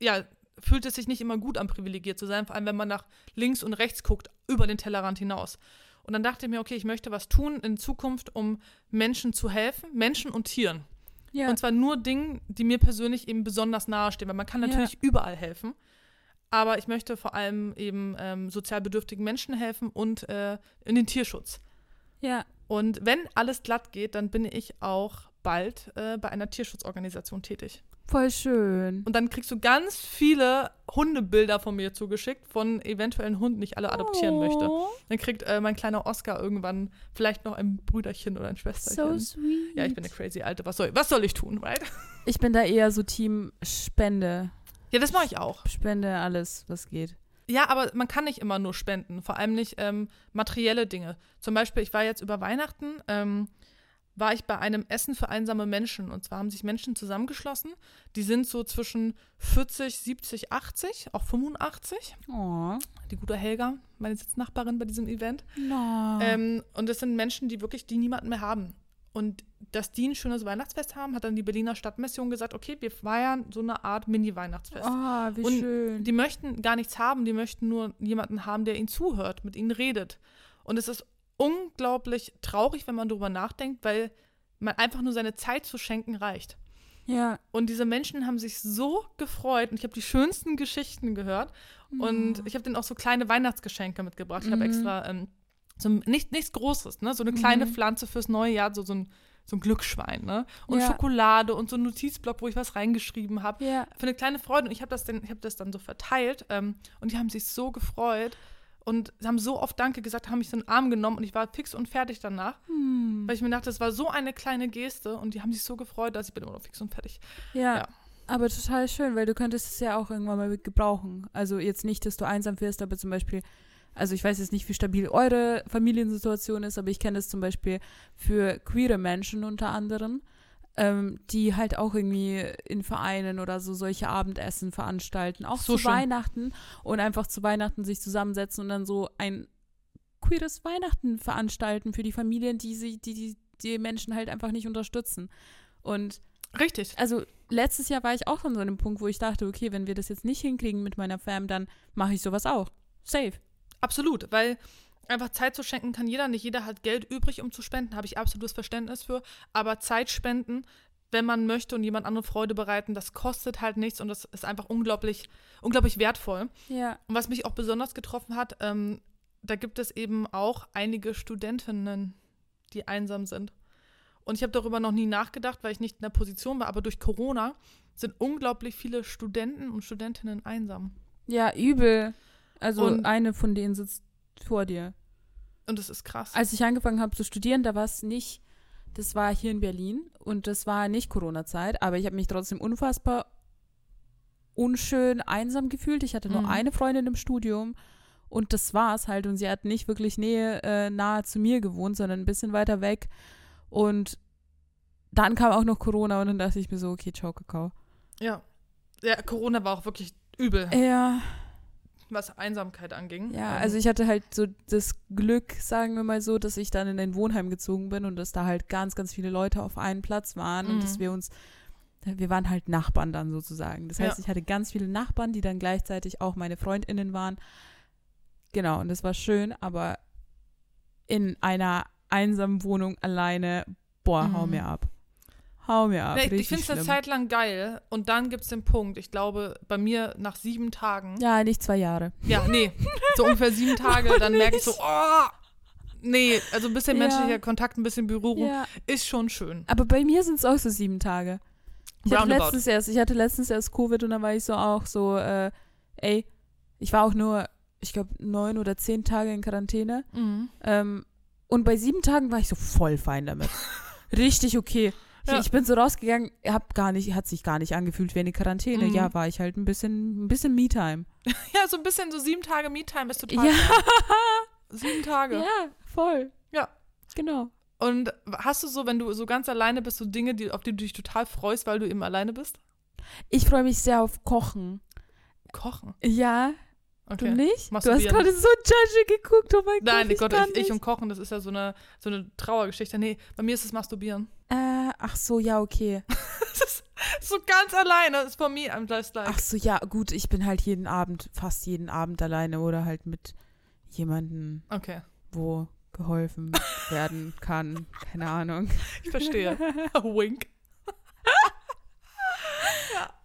[SPEAKER 2] ja, fühlt es sich nicht immer gut an, privilegiert zu sein, vor allem wenn man nach links und rechts guckt, über den Tellerrand hinaus. Und dann dachte ich mir, okay, ich möchte was tun in Zukunft, um Menschen zu helfen, Menschen und Tieren.
[SPEAKER 1] Ja.
[SPEAKER 2] Und zwar nur Dinge, die mir persönlich eben besonders nahestehen, weil man kann
[SPEAKER 1] Ja.
[SPEAKER 2] natürlich überall helfen. Aber ich möchte vor allem eben ähm, sozial bedürftigen Menschen helfen und äh, in den Tierschutz.
[SPEAKER 1] ja.
[SPEAKER 2] Und wenn alles glatt geht, dann bin ich auch bald äh, bei einer Tierschutzorganisation tätig.
[SPEAKER 1] Voll schön.
[SPEAKER 2] Und dann kriegst du ganz viele Hundebilder von mir zugeschickt, von eventuellen Hunden, die ich alle adoptieren möchte.
[SPEAKER 1] Oh,
[SPEAKER 2] Dann kriegt äh, mein kleiner Oscar irgendwann vielleicht noch ein Brüderchen oder ein
[SPEAKER 1] So
[SPEAKER 2] Schwesterchen.
[SPEAKER 1] sweet.
[SPEAKER 2] ja, ich bin eine crazy Alte. Was soll, was soll ich tun, right?
[SPEAKER 1] Ich bin da eher so Team Spende.
[SPEAKER 2] Ja, das mache ich auch.
[SPEAKER 1] Spende alles, was geht.
[SPEAKER 2] Ja, aber man kann nicht immer nur spenden, vor allem nicht ähm, materielle Dinge. Zum Beispiel, ich war jetzt über Weihnachten, ähm, war ich bei einem Essen für einsame Menschen. Und zwar haben sich Menschen zusammengeschlossen, die sind so zwischen 40, 70, 80, auch 85.
[SPEAKER 1] Oh.
[SPEAKER 2] Die gute Helga, meine Sitznachbarin bei diesem Event.
[SPEAKER 1] No.
[SPEAKER 2] Ähm, und das sind Menschen, die wirklich, die niemanden mehr haben. Und dass die ein schönes Weihnachtsfest haben, hat dann die Berliner Stadtmission gesagt, okay, wir feiern so eine Art Mini-Weihnachtsfest.
[SPEAKER 1] oh, wie
[SPEAKER 2] und
[SPEAKER 1] schön.
[SPEAKER 2] Die möchten gar nichts haben, die möchten nur jemanden haben, der ihnen zuhört, mit ihnen redet. Und es ist unglaublich traurig, wenn man darüber nachdenkt, weil man einfach nur seine Zeit zu schenken reicht.
[SPEAKER 1] ja.
[SPEAKER 2] Und diese Menschen haben sich so gefreut und ich habe die schönsten Geschichten gehört.
[SPEAKER 1] Mm.
[SPEAKER 2] Und ich habe denen auch so kleine Weihnachtsgeschenke mitgebracht. Ich habe extra ähm, so ein- nicht, nichts Großes, ne? So eine kleine
[SPEAKER 1] Mhm.
[SPEAKER 2] Pflanze fürs neue Jahr, so, so, ein, so ein Glücksschwein, ne? Und
[SPEAKER 1] Ja.
[SPEAKER 2] Schokolade und so ein Notizblock, wo ich was reingeschrieben habe
[SPEAKER 1] Ja.
[SPEAKER 2] für eine kleine Freude. Und ich habe das, dann- ich hab das dann so verteilt ähm, und die haben sich so gefreut und haben so oft Danke gesagt, haben mich so in den Arm genommen und ich war fix und fertig danach,
[SPEAKER 1] Hm.
[SPEAKER 2] weil ich mir dachte, das war so eine kleine Geste und die haben sich so gefreut, dass ich bin immer noch fix und fertig.
[SPEAKER 1] Ja,
[SPEAKER 2] Ja.
[SPEAKER 1] aber total schön, weil du könntest es ja auch irgendwann mal gebrauchen. Also jetzt nicht, dass du einsam wirst, aber zum Beispiel, also ich weiß jetzt nicht, wie stabil eure Familiensituation ist, aber ich kenne das zum Beispiel für queere Menschen unter anderem, ähm, die halt auch irgendwie in Vereinen oder so solche Abendessen veranstalten, auch
[SPEAKER 2] So
[SPEAKER 1] zu
[SPEAKER 2] schön.
[SPEAKER 1] Weihnachten und einfach zu Weihnachten sich zusammensetzen und dann so ein queeres Weihnachten veranstalten für die Familien, die sie, die, die, die Menschen halt einfach nicht unterstützen. Und
[SPEAKER 2] Richtig.
[SPEAKER 1] also letztes Jahr war ich auch an so einem Punkt, wo ich dachte, okay, wenn wir das jetzt nicht hinkriegen mit meiner Fam, dann mache ich sowas auch. Safe.
[SPEAKER 2] Absolut, weil einfach Zeit zu schenken kann jeder nicht. Jeder hat Geld übrig, um zu spenden, habe ich absolutes Verständnis für. Aber Zeit spenden, wenn man möchte und jemand andere Freude bereiten, das kostet halt nichts und das ist einfach unglaublich, unglaublich wertvoll.
[SPEAKER 1] Ja.
[SPEAKER 2] Und was mich auch besonders getroffen hat, ähm, da gibt es eben auch einige Studentinnen, die einsam sind. Und ich habe darüber noch nie nachgedacht, weil ich nicht in der Position war, aber durch Corona sind unglaublich viele Studenten und Studentinnen einsam.
[SPEAKER 1] Ja, übel. Also
[SPEAKER 2] Und-
[SPEAKER 1] eine von denen sitzt vor dir.
[SPEAKER 2] Und das ist krass.
[SPEAKER 1] Also Als ich angefangen habe zu studieren, da war es nicht, Das war hier in Berlin und das war nicht Corona-Zeit, aber ich habe mich trotzdem unfassbar unschön einsam gefühlt. Ich hatte nur
[SPEAKER 2] Mhm.
[SPEAKER 1] eine Freundin im Studium und das war's halt. Und sie hat nicht wirklich Nähe, äh, nahe zu mir gewohnt, sondern ein bisschen weiter weg. Und dann kam auch noch Corona und dann dachte ich mir so, okay, ciao, Kakao.
[SPEAKER 2] Ja. Ja, Corona war auch wirklich übel,
[SPEAKER 1] Ja,
[SPEAKER 2] was Einsamkeit anging.
[SPEAKER 1] Äh, ja,
[SPEAKER 2] Ähm,
[SPEAKER 1] also ich hatte halt so das Glück, sagen wir mal so, dass ich dann in ein Wohnheim gezogen bin und dass da halt ganz, ganz viele Leute auf einen Platz waren
[SPEAKER 2] Mhm.
[SPEAKER 1] und dass wir uns, wir waren halt Nachbarn dann sozusagen. Das heißt,
[SPEAKER 2] Ja.
[SPEAKER 1] ich hatte ganz viele Nachbarn, die dann gleichzeitig auch meine FreundInnen waren. Genau, und das war schön, aber in einer einsamen Wohnung alleine, boah, hau
[SPEAKER 2] Mhm.
[SPEAKER 1] mir ab. Hau mir ab.
[SPEAKER 2] Nee, ich halt
[SPEAKER 1] richtig
[SPEAKER 2] finde es eine
[SPEAKER 1] schlimm.
[SPEAKER 2] Zeit lang geil und dann gibt es den Punkt, ich glaube, bei mir nach sieben Tagen.
[SPEAKER 1] Ja, nicht zwei Jahre.
[SPEAKER 2] Ja, nee, so ungefähr
[SPEAKER 1] [laughs]
[SPEAKER 2] sieben Tage, dann merke ich so, oh, nee, also ein bisschen
[SPEAKER 1] Ja.
[SPEAKER 2] menschlicher Kontakt, ein bisschen Berührung
[SPEAKER 1] Ja.
[SPEAKER 2] ist schon schön.
[SPEAKER 1] Aber bei mir sind es auch so sieben Tage. Ich hatte,
[SPEAKER 2] Roundabout.
[SPEAKER 1] letztens erst, ich hatte letztens erst Covid und dann war ich so auch so, äh, ey, ich war auch nur, ich glaube, neun oder zehn Tage in Quarantäne.
[SPEAKER 2] Mhm.
[SPEAKER 1] Ähm, und bei sieben Tagen war ich so voll fein damit.
[SPEAKER 2] [laughs]
[SPEAKER 1] Richtig okay. Ich,
[SPEAKER 2] Ja.
[SPEAKER 1] ich bin so rausgegangen, hab gar nicht, hat sich gar nicht angefühlt wie eine Quarantäne.
[SPEAKER 2] Mhm.
[SPEAKER 1] Ja, war ich halt ein bisschen, ein bisschen Me-Time.
[SPEAKER 2] Ja, so ein bisschen so sieben Tage Me-Time ist total.
[SPEAKER 1] Ja,
[SPEAKER 2] geil.
[SPEAKER 1] [laughs]
[SPEAKER 2] Sieben Tage.
[SPEAKER 1] ja, voll.
[SPEAKER 2] Ja.
[SPEAKER 1] Genau.
[SPEAKER 2] Und hast du so, wenn du so ganz alleine bist, so Dinge, die, auf die du dich total freust, weil du eben alleine bist?
[SPEAKER 1] Ich freue mich sehr auf Kochen.
[SPEAKER 2] Kochen.
[SPEAKER 1] Ja, du
[SPEAKER 2] Okay.
[SPEAKER 1] nicht? Du hast
[SPEAKER 2] Masturbieren.
[SPEAKER 1] gerade so judgy geguckt, oh mein Gott.
[SPEAKER 2] Nein,
[SPEAKER 1] ich
[SPEAKER 2] Gott,
[SPEAKER 1] kann
[SPEAKER 2] ich, ich
[SPEAKER 1] nicht.
[SPEAKER 2] und Kochen, das ist ja so eine, so eine Trauergeschichte. Nee, bei mir ist es Masturbieren. [laughs]
[SPEAKER 1] Äh, ach so, ja, okay.
[SPEAKER 2] Das ist so ganz alleine. Das ist for me, I'm just like.
[SPEAKER 1] Ach so, ja, gut, ich bin halt jeden Abend, fast jeden Abend alleine oder halt mit jemandem,
[SPEAKER 2] Okay,
[SPEAKER 1] wo
[SPEAKER 2] [laughs]
[SPEAKER 1] geholfen werden kann. Keine Ahnung.
[SPEAKER 2] ich
[SPEAKER 1] [laughs]
[SPEAKER 2] verstehe. [laughs] Wink.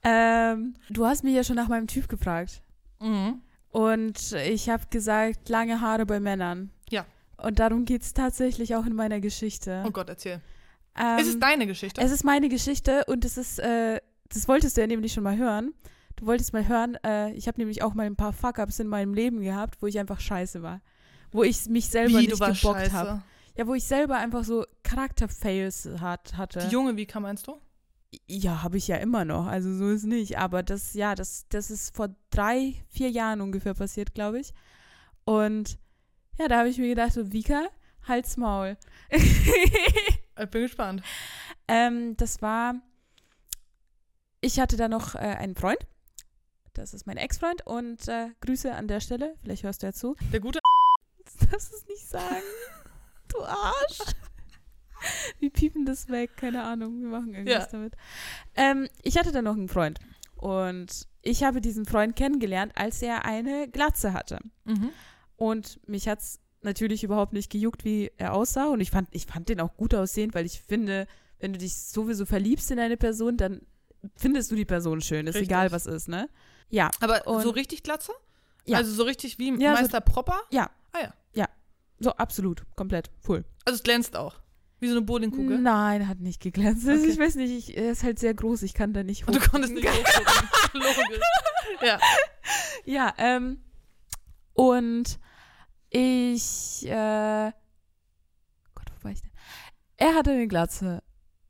[SPEAKER 1] Ähm, du hast mich ja schon nach meinem Typ gefragt.
[SPEAKER 2] Mhm.
[SPEAKER 1] Und ich habe gesagt, lange Haare bei Männern.
[SPEAKER 2] Ja.
[SPEAKER 1] Und darum geht es tatsächlich auch in meiner Geschichte.
[SPEAKER 2] Oh Gott, erzähl.
[SPEAKER 1] Ähm,
[SPEAKER 2] ist es deine Geschichte?
[SPEAKER 1] Es ist meine Geschichte und es ist, äh, das wolltest du ja nämlich schon mal hören. Du wolltest mal hören, äh, ich habe nämlich auch mal ein paar Fuck-Ups in meinem Leben gehabt, wo ich einfach scheiße war. Wo ich mich selber nicht gebockt habe. Ja, wo ich selber einfach so Charakter-Fails hat, hatte.
[SPEAKER 2] Die junge Vika meinst du?
[SPEAKER 1] Ja, habe ich ja immer noch. Also so ist nicht. Aber das, ja, das, das ist vor drei, vier Jahren ungefähr passiert, glaube ich. Und ja, da habe ich mir gedacht, so, Vika, halt's Maul.
[SPEAKER 2] Ich bin gespannt.
[SPEAKER 1] Ähm, das war, ich hatte da noch äh, einen Freund. Das ist mein Ex-Freund und äh, Grüße an der Stelle. Vielleicht hörst du ja zu. [laughs]
[SPEAKER 2] Der gute.
[SPEAKER 1] Du darfst es nicht sagen. Du Arsch. Wir piepen das weg. Keine Ahnung. Wir machen irgendwas
[SPEAKER 2] Ja.
[SPEAKER 1] damit. Ähm, ich hatte da noch einen Freund. Und ich habe diesen Freund kennengelernt, als er eine Glatze hatte.
[SPEAKER 2] Mhm.
[SPEAKER 1] Und mich hat es natürlich überhaupt nicht gejuckt, wie er aussah. Und ich fand, ich fand den auch gut aussehend, weil ich finde, wenn du dich sowieso verliebst in eine Person, dann findest du die Person schön. Ist
[SPEAKER 2] Richtig.
[SPEAKER 1] egal, was ist, ne? Ja,
[SPEAKER 2] Aber
[SPEAKER 1] Und-
[SPEAKER 2] so richtig Glatze?
[SPEAKER 1] Ja.
[SPEAKER 2] Also so richtig wie
[SPEAKER 1] Ja, so-
[SPEAKER 2] Meister Propper?
[SPEAKER 1] so absolut, komplett, full.
[SPEAKER 2] Also es glänzt auch. Wie so eine Bowlingkugel.
[SPEAKER 1] Nein, hat nicht geglänzt. Also
[SPEAKER 2] Okay.
[SPEAKER 1] Ich weiß nicht, ich, er ist halt sehr groß, ich kann da nicht hoch.
[SPEAKER 2] Und du konntest
[SPEAKER 1] [laughs]
[SPEAKER 2] nicht hochgucken. Logisch. Ja.
[SPEAKER 1] Ja, ähm, und ich, äh, Gott, wo war ich denn? Er hatte eine Glatze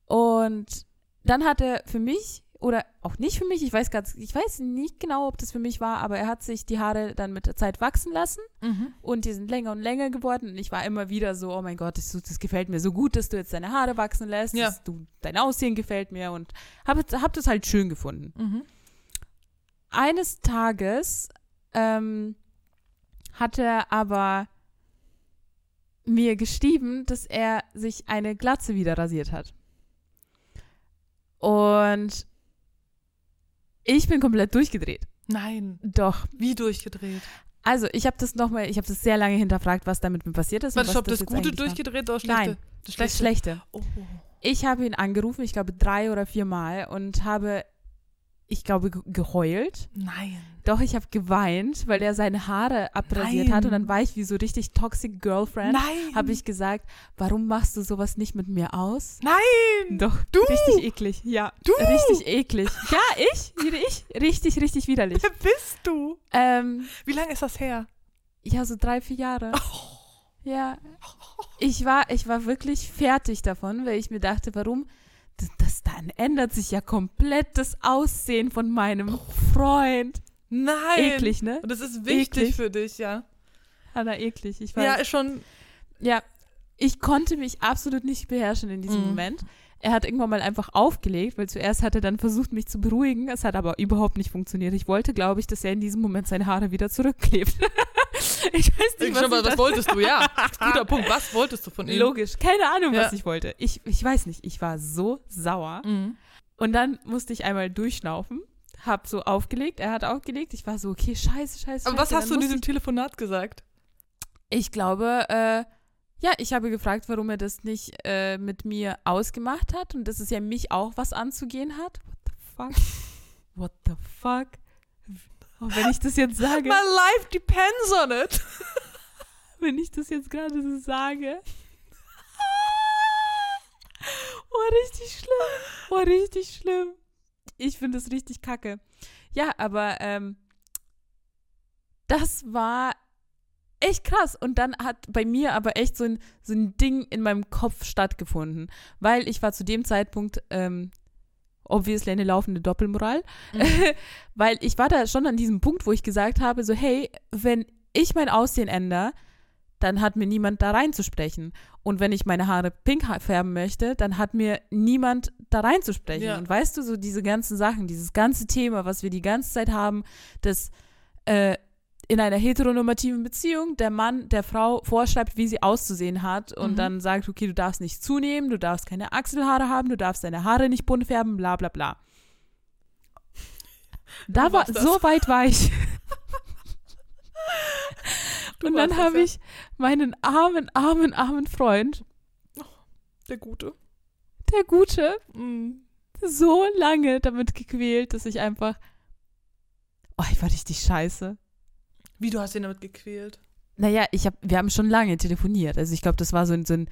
[SPEAKER 1] und dann hat er für mich oder auch nicht für mich, ich weiß ganz, ich weiß nicht genau, ob das für mich war, aber er hat sich die Haare dann mit der Zeit wachsen lassen
[SPEAKER 2] Mhm.
[SPEAKER 1] und die sind länger und länger geworden und ich war immer wieder so, oh mein Gott, das, das gefällt mir so gut, dass du jetzt deine Haare wachsen lässt,
[SPEAKER 2] Ja.
[SPEAKER 1] dass du, dein Aussehen gefällt mir und hab, hab das halt schön gefunden
[SPEAKER 2] Mhm.
[SPEAKER 1] eines Tages ähm, hat er aber mir geschrieben, dass er sich eine Glatze wieder rasiert hat. Und ich bin komplett durchgedreht.
[SPEAKER 2] Nein.
[SPEAKER 1] Doch.
[SPEAKER 2] Wie durchgedreht.
[SPEAKER 1] Also ich habe das nochmal, ich habe das sehr lange hinterfragt, was damit mir passiert ist. und
[SPEAKER 2] Warte,
[SPEAKER 1] was
[SPEAKER 2] stopp, das,
[SPEAKER 1] jetzt
[SPEAKER 2] Gute
[SPEAKER 1] eigentlich war.
[SPEAKER 2] durchgedreht oder Schlechte?
[SPEAKER 1] Nein,
[SPEAKER 2] Das Schlechte.
[SPEAKER 1] Das Schlechte.
[SPEAKER 2] Oh.
[SPEAKER 1] Ich habe ihn angerufen, ich glaube drei oder vier Mal und habe, ich glaube, ge- geheult.
[SPEAKER 2] Nein.
[SPEAKER 1] Doch, ich habe geweint, weil er seine Haare abrasiert
[SPEAKER 2] Nein.
[SPEAKER 1] hat und dann war ich wie so richtig toxic Girlfriend.
[SPEAKER 2] Nein.
[SPEAKER 1] Habe ich gesagt, warum machst du sowas nicht mit mir aus? [laughs]
[SPEAKER 2] Nein.
[SPEAKER 1] Doch,
[SPEAKER 2] Du.
[SPEAKER 1] richtig eklig, ja.
[SPEAKER 2] Du.
[SPEAKER 1] Richtig eklig. Ja, ich, wieder ich, richtig, richtig widerlich.
[SPEAKER 2] Wer bist du?
[SPEAKER 1] Ähm,
[SPEAKER 2] Wie lange ist das her? Oh.
[SPEAKER 1] ja, so drei, vier Jahre. Ja, Ich war, ich war wirklich fertig davon, weil ich mir dachte, warum? Das, das dann ändert sich ja komplett das Aussehen von meinem Freund.
[SPEAKER 2] Oh. Nein.
[SPEAKER 1] Eklig, ne?
[SPEAKER 2] Und das ist wichtig
[SPEAKER 1] Eklig.
[SPEAKER 2] für dich, ja.
[SPEAKER 1] Hanna, eklig. Ich
[SPEAKER 2] Ja,
[SPEAKER 1] weiß.
[SPEAKER 2] ist schon.
[SPEAKER 1] Ja, ich konnte mich absolut nicht beherrschen in diesem
[SPEAKER 2] Mhm.
[SPEAKER 1] Moment. Er hat irgendwann mal einfach aufgelegt, weil zuerst hat er dann versucht, mich zu beruhigen. Es hat aber überhaupt nicht funktioniert. Ich wollte, glaube ich, dass er in diesem Moment seine Haare wieder zurückklebt. [laughs] ich weiß nicht, was, ich da-
[SPEAKER 2] wolltest du, ja. Guter Punkt. Was wolltest du von
[SPEAKER 1] Logisch. Keine Ahnung,
[SPEAKER 2] Ja.
[SPEAKER 1] was ich wollte. Ich, ich weiß nicht. Ich war so sauer.
[SPEAKER 2] Mhm.
[SPEAKER 1] Und dann musste ich einmal durchschnaufen. Hab so aufgelegt. Er hat aufgelegt. Ich war so, okay, scheiße, scheiße.
[SPEAKER 2] Aber was
[SPEAKER 1] scheiße.
[SPEAKER 2] hast du
[SPEAKER 1] Dann
[SPEAKER 2] in
[SPEAKER 1] musste
[SPEAKER 2] diesem Telefonat gesagt?
[SPEAKER 1] Ich glaube, äh, ja, ich habe gefragt, warum er das nicht äh, mit mir ausgemacht hat und dass es ja mich auch was anzugehen hat. What the fuck? [laughs] What the fuck? Und wenn ich das jetzt sage,
[SPEAKER 2] My life depends on it.
[SPEAKER 1] [laughs] wenn ich das jetzt gerade so [laughs] sage. Oh, richtig schlimm. Oh, richtig schlimm. Ich finde das richtig kacke. Ja, aber ähm, das war echt krass. Und dann hat bei mir aber echt so ein, so ein Ding in meinem Kopf stattgefunden. Weil ich war zu dem Zeitpunkt, ähm, obviously eine laufende Doppelmoral. [laughs] weil ich war da schon an diesem Punkt, wo ich gesagt habe, so hey, wenn ich mein Aussehen ändere, dann hat mir niemand da reinzusprechen. Und wenn ich meine Haare pink ha- färben möchte, dann hat mir niemand da reinzusprechen.
[SPEAKER 2] Ja.
[SPEAKER 1] Und weißt du, so diese ganzen Sachen, dieses ganze Thema, was wir die ganze Zeit haben, dass äh, in einer heteronormativen Beziehung der Mann der Frau vorschreibt, wie sie auszusehen hat und
[SPEAKER 2] Mhm.
[SPEAKER 1] dann sagt, okay, du darfst nicht zunehmen, du darfst keine Achselhaare haben, du darfst deine Haare nicht bunt färben, bla bla bla. Da
[SPEAKER 2] Du
[SPEAKER 1] war,
[SPEAKER 2] warst das.
[SPEAKER 1] so weit war ich.
[SPEAKER 2] [laughs] Du
[SPEAKER 1] und dann
[SPEAKER 2] warst das,
[SPEAKER 1] habe
[SPEAKER 2] ja.
[SPEAKER 1] ich meinen armen, armen, armen Freund,
[SPEAKER 2] Der Gute.
[SPEAKER 1] der Gute,
[SPEAKER 2] Mhm.
[SPEAKER 1] so lange damit gequält, dass ich einfach. Oh, ich war richtig scheiße.
[SPEAKER 2] Wie, du hast ihn damit gequält?
[SPEAKER 1] Naja, ich hab, wir haben schon lange telefoniert. Also ich glaube, das war so ein, so ein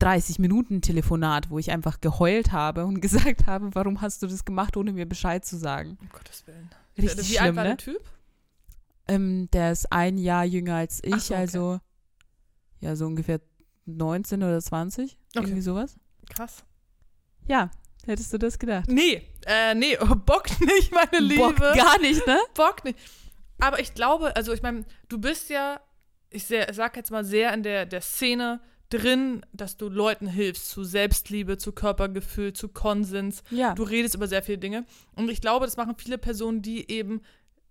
[SPEAKER 1] 30-Minuten-Telefonat, wo ich einfach geheult habe und [laughs] gesagt habe, warum hast du das gemacht, ohne mir Bescheid zu sagen.
[SPEAKER 2] Um Gottes Willen.
[SPEAKER 1] Richtig
[SPEAKER 2] Wie
[SPEAKER 1] schlimm,
[SPEAKER 2] alt war
[SPEAKER 1] ne?
[SPEAKER 2] der Typ?
[SPEAKER 1] Ähm, der ist ein Jahr jünger als ich,
[SPEAKER 2] Ach so, okay.
[SPEAKER 1] also ja, so ungefähr 19 oder 20,
[SPEAKER 2] Okay.
[SPEAKER 1] irgendwie sowas.
[SPEAKER 2] Krass.
[SPEAKER 1] Ja, hättest du das gedacht.
[SPEAKER 2] Nee, äh, nee, [laughs] bockt nicht, meine Liebe.
[SPEAKER 1] Bock, gar nicht,
[SPEAKER 2] [laughs]
[SPEAKER 1] ne?
[SPEAKER 2] Bock nicht. Aber ich glaube, also ich meine, du bist ja, ich sehr, sag jetzt mal, sehr in der, der Szene drin, dass du Leuten hilfst, zu Selbstliebe, zu Körpergefühl, zu Konsens.
[SPEAKER 1] Ja.
[SPEAKER 2] Du redest über sehr viele Dinge. Und ich glaube, das machen viele Personen, die eben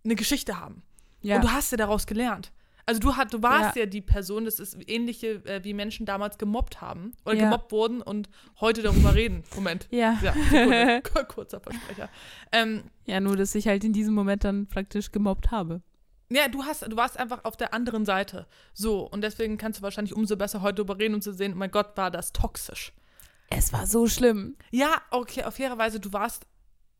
[SPEAKER 2] eine Geschichte haben.
[SPEAKER 1] ja.
[SPEAKER 2] Und du hast ja daraus gelernt. Also du, hat, du warst ja. die Person, das ist ähnliche, äh, wie Menschen damals gemobbt haben oder
[SPEAKER 1] Ja.
[SPEAKER 2] gemobbt wurden und heute darüber reden. Moment.
[SPEAKER 1] ja.
[SPEAKER 2] [laughs] Ja, Sekunde. kurzer Versprecher. Ähm,
[SPEAKER 1] ja, nur dass ich halt in diesem Moment dann praktisch gemobbt habe.
[SPEAKER 2] ja, du hast, du warst einfach auf der anderen Seite. So, und deswegen kannst du wahrscheinlich umso besser heute darüber reden, um zu sehen, oh mein Gott, war das toxisch.
[SPEAKER 1] Es war so schlimm.
[SPEAKER 2] Ja, okay, auf faire Weise, du warst,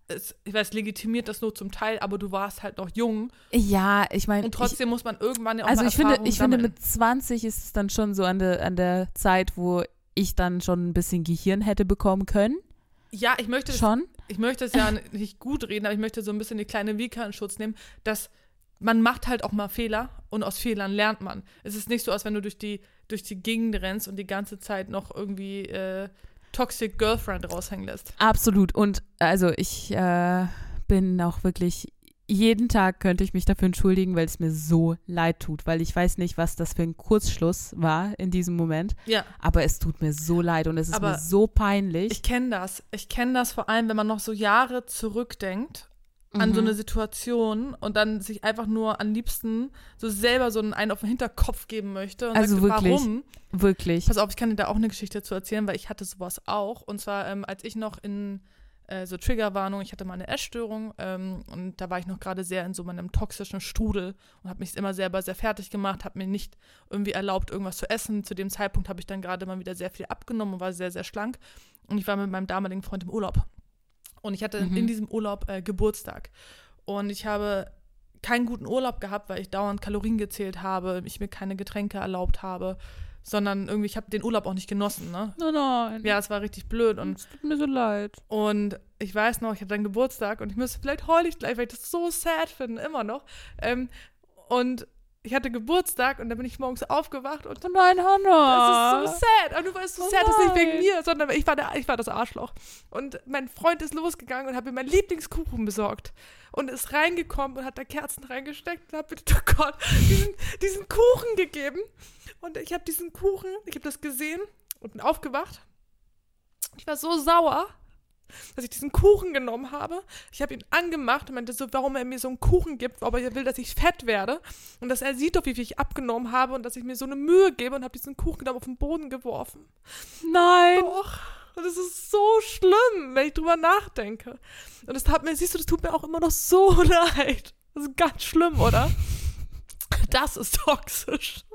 [SPEAKER 2] es, ich weiß, legitimiert das nur zum Teil, aber du warst halt noch jung.
[SPEAKER 1] Ja, ich meine,
[SPEAKER 2] Und trotzdem muss man irgendwann ja auch
[SPEAKER 1] also
[SPEAKER 2] mal
[SPEAKER 1] ich finde,
[SPEAKER 2] Erfahrung
[SPEAKER 1] ich finde
[SPEAKER 2] sammeln.
[SPEAKER 1] mit 20 ist es dann schon so an der, an der Zeit, wo ich dann schon ein bisschen Gehirn hätte bekommen können.
[SPEAKER 2] Ja, ich möchte, das,
[SPEAKER 1] Schon.
[SPEAKER 2] ich möchte es ja nicht gut reden, aber ich möchte so ein bisschen die kleine Vika in Schutz nehmen, dass man macht halt auch mal Fehler und aus Fehlern lernt man. Es ist nicht so, als wenn du durch die, durch die Gegend rennst und die ganze Zeit noch irgendwie äh, Toxic Girlfriend raushängen lässt.
[SPEAKER 1] Absolut. Und also ich äh, bin auch wirklich, jeden Tag könnte ich mich dafür entschuldigen, weil es mir so leid tut, weil ich weiß nicht, was das für ein Kurzschluss war in diesem Moment,
[SPEAKER 2] Ja,
[SPEAKER 1] aber es tut mir so leid und es ist
[SPEAKER 2] Aber
[SPEAKER 1] mir so peinlich.
[SPEAKER 2] ich kenne das. Ich kenne das vor allem, wenn man noch so Jahre zurückdenkt an so
[SPEAKER 1] Mhm.
[SPEAKER 2] eine Situation und dann sich einfach nur am liebsten so selber so einen auf den Hinterkopf geben möchte. Und
[SPEAKER 1] Also
[SPEAKER 2] sagt,
[SPEAKER 1] wirklich.
[SPEAKER 2] Warum?
[SPEAKER 1] Wirklich.
[SPEAKER 2] Pass auf, ich kann dir da auch eine Geschichte zu erzählen, weil ich hatte sowas auch. Und zwar, ähm, als ich noch in äh, so Triggerwarnung, ich hatte mal eine Essstörung ähm, und da war ich noch gerade sehr in so meinem toxischen Strudel und habe mich immer selber sehr fertig gemacht, habe mir nicht irgendwie erlaubt, irgendwas zu essen. Zu dem Zeitpunkt habe ich dann gerade mal wieder sehr viel abgenommen und war sehr, sehr schlank. Und ich war mit meinem damaligen Freund im Urlaub. Und ich hatte
[SPEAKER 1] Mhm.
[SPEAKER 2] in diesem Urlaub äh, Geburtstag. Und ich habe keinen guten Urlaub gehabt, weil ich dauernd Kalorien gezählt habe, ich mir keine Getränke erlaubt habe, sondern irgendwie, ich habe den Urlaub auch nicht genossen, ne?
[SPEAKER 1] Oh nein.
[SPEAKER 2] Ja, es war richtig blöd und,
[SPEAKER 1] es tut mir so leid.
[SPEAKER 2] und ich weiß noch, ich hatte dann Geburtstag und ich müsste, vielleicht heul ich gleich, weil ich das so sad finde, immer noch. Ähm, und ich hatte Geburtstag und dann bin ich morgens aufgewacht und
[SPEAKER 1] Oh nein, Hannah.
[SPEAKER 2] das ist so sad. Und du warst so
[SPEAKER 1] Oh
[SPEAKER 2] sad, das ist nicht wegen
[SPEAKER 1] nein.
[SPEAKER 2] mir, sondern ich war, der, ich war das Arschloch. Und mein Freund ist losgegangen und hat mir meinen Lieblingskuchen besorgt. Und ist reingekommen und hat da Kerzen reingesteckt und hat mir, [laughs] oh Gott, diesen, diesen Kuchen gegeben. Und ich habe diesen Kuchen, ich habe das gesehen und bin aufgewacht. Ich war so sauer, dass ich diesen Kuchen genommen habe. Ich habe ihn angemacht und meinte so, warum er mir so einen Kuchen gibt, ob er will, dass ich fett werde. Und dass er sieht doch, wie viel ich abgenommen habe und dass ich mir so eine Mühe gebe und habe diesen Kuchen genommen auf den Boden geworfen.
[SPEAKER 1] Nein.
[SPEAKER 2] Doch. Und es ist so schlimm, wenn ich drüber nachdenke. Und das tat mir, siehst du, das tut mir auch immer noch so [laughs] leid. Das ist ganz schlimm, oder? Das ist toxisch. [laughs]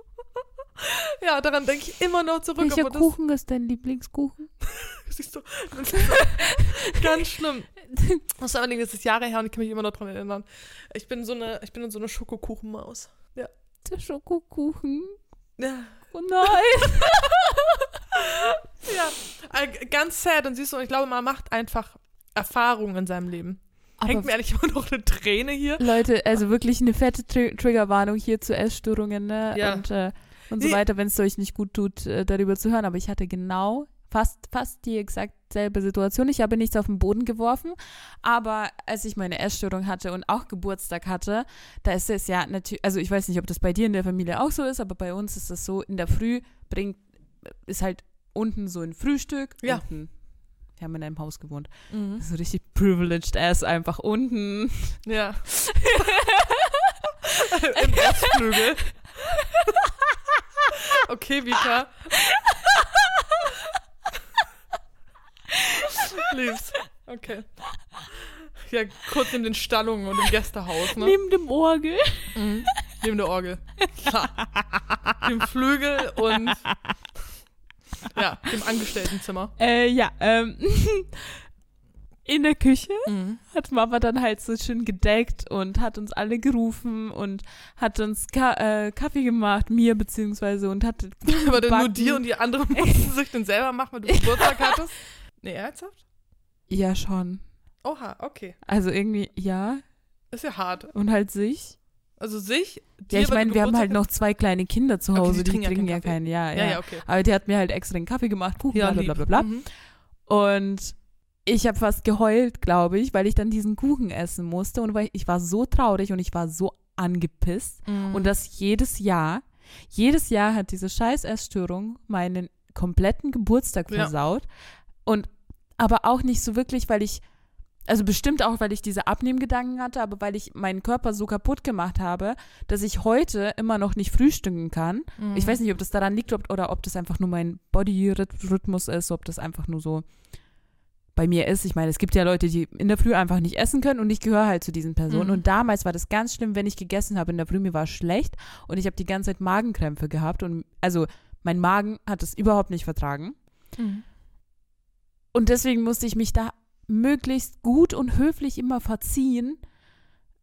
[SPEAKER 2] Ja, daran denke ich immer noch zurück.
[SPEAKER 1] Welcher
[SPEAKER 2] obwohl das-
[SPEAKER 1] Kuchen ist dein Lieblingskuchen?
[SPEAKER 2] [laughs] Siehst du? [laughs] Ganz schlimm. Das ist allerdings das ist Jahre her und ich kann mich immer noch dran erinnern. Ich bin so eine, ich bin so eine Schokokuchenmaus.
[SPEAKER 1] Der Schokokuchen.
[SPEAKER 2] Ja.
[SPEAKER 1] Oh nein.
[SPEAKER 2] ja. Äh, Ganz sad und siehst du, ich glaube, man macht einfach Erfahrungen in seinem Leben. Hängt mir
[SPEAKER 1] Aber
[SPEAKER 2] ehrlich immer noch eine Träne hier.
[SPEAKER 1] Leute, also wirklich eine fette Tri Triggerwarnung hier zu Essstörungen ne?
[SPEAKER 2] Ja.
[SPEAKER 1] und, äh, und so
[SPEAKER 2] Nee.
[SPEAKER 1] weiter, wenn es euch nicht gut tut, äh, darüber zu hören. Aber ich hatte genau fast, fast die exakt selbe Situation. Ich habe nichts auf den Boden geworfen, aber als ich meine Essstörung hatte und auch Geburtstag hatte, da ist es ja natürlich, also ich weiß nicht, ob das bei dir in der Familie auch so ist, aber bei uns ist das so, in der Früh bringt, ist halt unten so ein Frühstück.
[SPEAKER 2] Ja.
[SPEAKER 1] Unten. Wir haben in einem Haus gewohnt. So richtig privileged ass einfach unten.
[SPEAKER 2] Ja. [laughs] Im Erzflügel. okay, Vika. Lieb's. Okay. Ja, kurz neben den Stallungen und im Gästehaus, ne?
[SPEAKER 1] Neben dem Orgel.
[SPEAKER 2] Mhm. Neben der Orgel. dem Flügel und ja, dem Angestelltenzimmer.
[SPEAKER 1] Äh, ja, ähm, [laughs] in der Küche
[SPEAKER 2] Mhm.
[SPEAKER 1] hat Mama dann halt so schön gedeckt und hat uns alle gerufen und hat uns Ka äh, Kaffee gemacht, mir beziehungsweise und hat
[SPEAKER 2] Aber dann nur
[SPEAKER 1] Backen.
[SPEAKER 2] dir und die anderen mussten sich den selber machen, weil du Geburtstag hattest. Nee, ernsthaft?
[SPEAKER 1] ja schon,
[SPEAKER 2] Oha, okay.
[SPEAKER 1] also irgendwie ja
[SPEAKER 2] Ist ja hart.
[SPEAKER 1] und halt sich.
[SPEAKER 2] Also sich, dir,
[SPEAKER 1] Ja, ich
[SPEAKER 2] weil
[SPEAKER 1] meine,
[SPEAKER 2] du
[SPEAKER 1] wir haben halt
[SPEAKER 2] Geburtstag
[SPEAKER 1] noch zwei kleine Kinder zu
[SPEAKER 2] Okay, die
[SPEAKER 1] Hause, die,
[SPEAKER 2] trinken ja
[SPEAKER 1] trinken
[SPEAKER 2] keinen
[SPEAKER 1] ja
[SPEAKER 2] Kaffee.
[SPEAKER 1] keinen, ja,
[SPEAKER 2] hast-
[SPEAKER 1] ja.
[SPEAKER 2] Ja, ja, okay.
[SPEAKER 1] Aber die hat mir halt extra den Kaffee gemacht, Kuchen,
[SPEAKER 2] Ja,
[SPEAKER 1] bla, bla,
[SPEAKER 2] lieb.
[SPEAKER 1] bla, bla.
[SPEAKER 2] Mhm.
[SPEAKER 1] Und ich habe fast geheult, glaube ich, weil ich dann diesen Kuchen essen musste und weil ich war so traurig und ich war so angepisst.
[SPEAKER 2] Mhm.
[SPEAKER 1] Und das jedes Jahr. Jedes Jahr hat diese scheiß Essstörung meinen kompletten Geburtstag
[SPEAKER 2] Ja.
[SPEAKER 1] versaut. Und aber auch nicht so wirklich, weil ich, also bestimmt auch, weil ich diese Abnehmgedanken hatte, aber weil ich meinen Körper so kaputt gemacht habe, dass ich heute immer noch nicht frühstücken kann. Ich weiß nicht, ob das daran liegt ob, oder ob das einfach nur mein Body-Rhythmus ist, ob das einfach nur so bei mir ist. Ich meine, es gibt ja Leute, die in der Früh einfach nicht essen können und ich gehöre halt zu diesen Personen.
[SPEAKER 2] Mhm.
[SPEAKER 1] Und damals war das ganz schlimm, wenn ich gegessen habe in der Früh, mir war schlecht und ich habe die ganze Zeit Magenkrämpfe gehabt und also mein Magen hat es überhaupt nicht vertragen.
[SPEAKER 2] Mhm.
[SPEAKER 1] Und deswegen musste ich mich da möglichst gut und höflich immer verziehen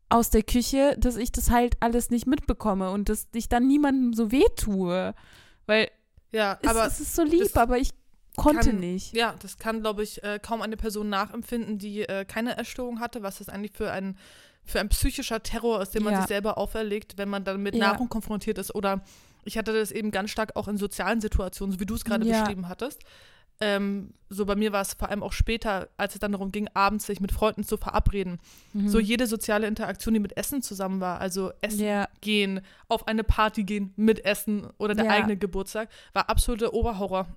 [SPEAKER 1] aus der Küche, dass ich das halt alles nicht mitbekomme und dass ich dann niemandem so weh tue. Weil
[SPEAKER 2] Ja,
[SPEAKER 1] es,
[SPEAKER 2] aber
[SPEAKER 1] es ist so lieb,
[SPEAKER 2] das
[SPEAKER 1] aber ich konnte
[SPEAKER 2] kann-
[SPEAKER 1] nicht.
[SPEAKER 2] ja, das kann, glaube ich, äh, kaum eine Person nachempfinden, die äh, keine Erstörung hatte, was das eigentlich für ein, für ein psychischer Terror ist, den man
[SPEAKER 1] Ja.
[SPEAKER 2] sich selber auferlegt, wenn man dann mit
[SPEAKER 1] Ja.
[SPEAKER 2] Nahrung konfrontiert ist. Oder ich hatte das eben ganz stark auch in sozialen Situationen, so wie du es gerade
[SPEAKER 1] Ja.
[SPEAKER 2] beschrieben hattest. Ähm, so bei mir war es vor allem auch später, als es dann darum ging, abends sich mit Freunden zu verabreden.
[SPEAKER 1] Mhm.
[SPEAKER 2] So jede soziale Interaktion, die mit Essen zusammen war, also Essen
[SPEAKER 1] ja,
[SPEAKER 2] gehen, auf eine Party gehen, mitessen oder der
[SPEAKER 1] Ja.
[SPEAKER 2] eigene Geburtstag, war absoluter Oberhorror.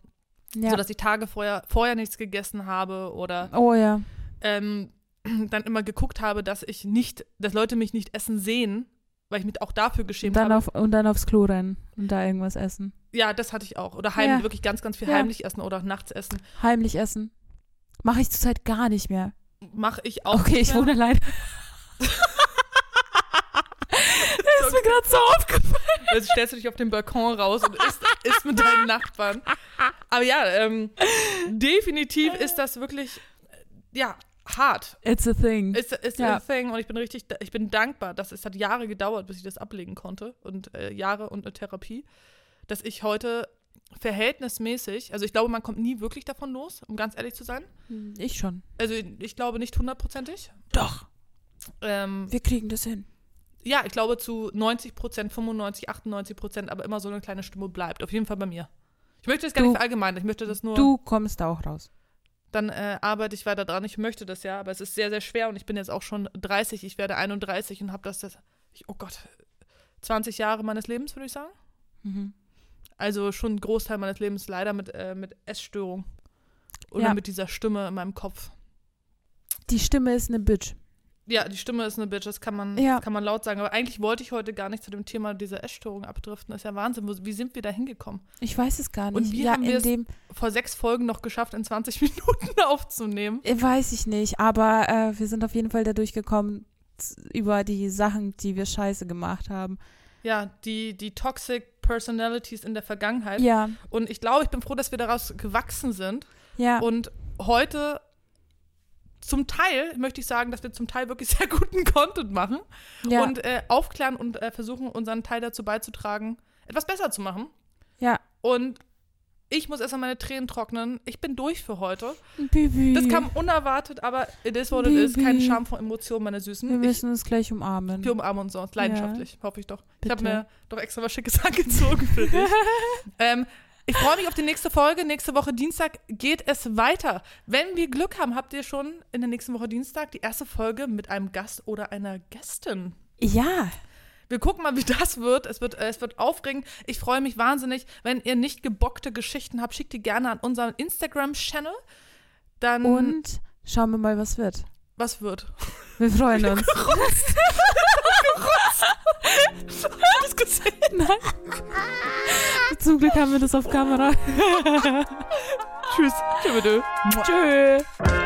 [SPEAKER 1] ja.
[SPEAKER 2] Sodass ich Tage vorher, vorher nichts gegessen habe oder
[SPEAKER 1] oh ja.
[SPEAKER 2] ähm, [clears throat] dann immer geguckt habe, dass ich nicht, dass Leute mich nicht essen sehen, weil ich mich auch dafür
[SPEAKER 1] Und
[SPEAKER 2] geschämt
[SPEAKER 1] dann,
[SPEAKER 2] habe.
[SPEAKER 1] auf, und dann aufs Klo rennen und da irgendwas essen.
[SPEAKER 2] Ja, das hatte ich auch. Oder heimlich,
[SPEAKER 1] Ja.
[SPEAKER 2] wirklich ganz, ganz viel
[SPEAKER 1] Ja.
[SPEAKER 2] heimlich essen oder nachts essen.
[SPEAKER 1] Heimlich essen. Mache ich zurzeit gar nicht mehr.
[SPEAKER 2] Mache ich auch.
[SPEAKER 1] okay,
[SPEAKER 2] nicht
[SPEAKER 1] ich
[SPEAKER 2] mehr. [laughs]
[SPEAKER 1] wohne allein. [laughs] das ist mir gerade so aufgefallen.
[SPEAKER 2] Also stellst du dich auf den Balkon raus und
[SPEAKER 1] [laughs]
[SPEAKER 2] isst, isst mit deinen Nachbarn. Aber ja, ähm, definitiv ist das wirklich, äh, ja, hart.
[SPEAKER 1] It's a thing.
[SPEAKER 2] Ist, ist
[SPEAKER 1] Ja.
[SPEAKER 2] a thing und ich bin richtig, ich bin dankbar, dass es hat Jahre gedauert, bis ich das ablegen konnte und äh, Jahre und eine Therapie, dass ich heute verhältnismäßig, also ich glaube, man kommt nie wirklich davon los, um ganz ehrlich zu sein.
[SPEAKER 1] ich schon.
[SPEAKER 2] Also ich glaube nicht hundertprozentig.
[SPEAKER 1] Doch,
[SPEAKER 2] Ähm,
[SPEAKER 1] wir kriegen das hin.
[SPEAKER 2] ja, ich glaube zu 90 Prozent, 95, 98 Prozent, aber immer so eine kleine Stimme bleibt. Auf jeden Fall bei mir. Ich möchte das gar
[SPEAKER 1] Du-
[SPEAKER 2] nicht verallgemeinern, ich möchte das nur,
[SPEAKER 1] Du kommst da auch raus.
[SPEAKER 2] dann äh, arbeite ich weiter dran. Ich möchte das ja, aber es ist sehr, sehr schwer und ich bin jetzt auch schon 30, ich werde 31 und habe das, das ich, oh Gott, 20 Jahre meines Lebens, würde ich sagen.
[SPEAKER 1] Mhm.
[SPEAKER 2] Also schon einen Großteil meines Lebens leider mit, äh, mit Essstörung oder
[SPEAKER 1] Ja.
[SPEAKER 2] mit dieser Stimme in meinem Kopf.
[SPEAKER 1] Die Stimme ist eine Bitch.
[SPEAKER 2] Ja, die Stimme ist eine Bitch, das kann man,
[SPEAKER 1] Ja.
[SPEAKER 2] das kann man laut sagen. Aber eigentlich wollte ich heute gar nicht zu dem Thema dieser Essstörung abdriften. Das ist ja Wahnsinn. Wo, wie sind wir da hingekommen?
[SPEAKER 1] Ich weiß es gar nicht.
[SPEAKER 2] Und wie
[SPEAKER 1] ja,
[SPEAKER 2] haben wir
[SPEAKER 1] in
[SPEAKER 2] es-
[SPEAKER 1] dem
[SPEAKER 2] Vor sechs Folgen noch geschafft, in 20 [laughs] Minuten aufzunehmen.
[SPEAKER 1] äh, weiß ich nicht, aber äh, wir sind auf jeden Fall da durchgekommen z- über die Sachen, die wir scheiße gemacht haben.
[SPEAKER 2] Ja, die, die Toxic Personalities in der Vergangenheit.
[SPEAKER 1] Ja,
[SPEAKER 2] Und ich glaube, ich bin froh, dass wir daraus gewachsen sind.
[SPEAKER 1] ja.
[SPEAKER 2] Und heute zum Teil möchte ich sagen, dass wir zum Teil wirklich [laughs] sehr guten Content machen.
[SPEAKER 1] ja.
[SPEAKER 2] und äh, aufklären und äh, versuchen, unseren Teil dazu beizutragen, etwas besser zu machen.
[SPEAKER 1] Ja.
[SPEAKER 2] Und ich muss erstmal meine Tränen trocknen. Ich bin durch für heute.
[SPEAKER 1] Bibi.
[SPEAKER 2] Das kam unerwartet, aber it is what it is.
[SPEAKER 1] Bibi.
[SPEAKER 2] Kein Scham von Emotionen, meine
[SPEAKER 1] wir
[SPEAKER 2] Süßen. Ich,
[SPEAKER 1] müssen uns gleich umarmen.
[SPEAKER 2] wir um- umarmen uns sonst, leidenschaftlich, hoffe ich doch. Ich habe
[SPEAKER 1] Bitte.
[SPEAKER 2] mir doch extra was Schickes [laughs] angezogen für
[SPEAKER 1] [laughs]
[SPEAKER 2] dich. ähm, ich freue mich auf die nächste Folge. Nächste Woche Dienstag geht es weiter. Wenn wir Glück haben, habt ihr schon in der nächsten Woche Dienstag die erste Folge mit einem Gast oder einer Gästin.
[SPEAKER 1] Ja,
[SPEAKER 2] Wir gucken mal, wie [laughs] das wird. Es wird, äh, es wird aufregend. Ich freue mich wahnsinnig. Wenn ihr nicht gebockte Geschichten habt, schickt die gerne an unseren Instagram-Channel. Dann
[SPEAKER 1] und schauen wir mal, was wird.
[SPEAKER 2] was wird?
[SPEAKER 1] Wir
[SPEAKER 2] [laughs]
[SPEAKER 1] freuen uns. [laughs] [laughs]
[SPEAKER 2] Alles gesehen.
[SPEAKER 1] Nein.
[SPEAKER 2] Ah.
[SPEAKER 1] Zum Glück haben wir das auf Kamera.
[SPEAKER 2] Tschüss. Tschüss.
[SPEAKER 1] Tschüss.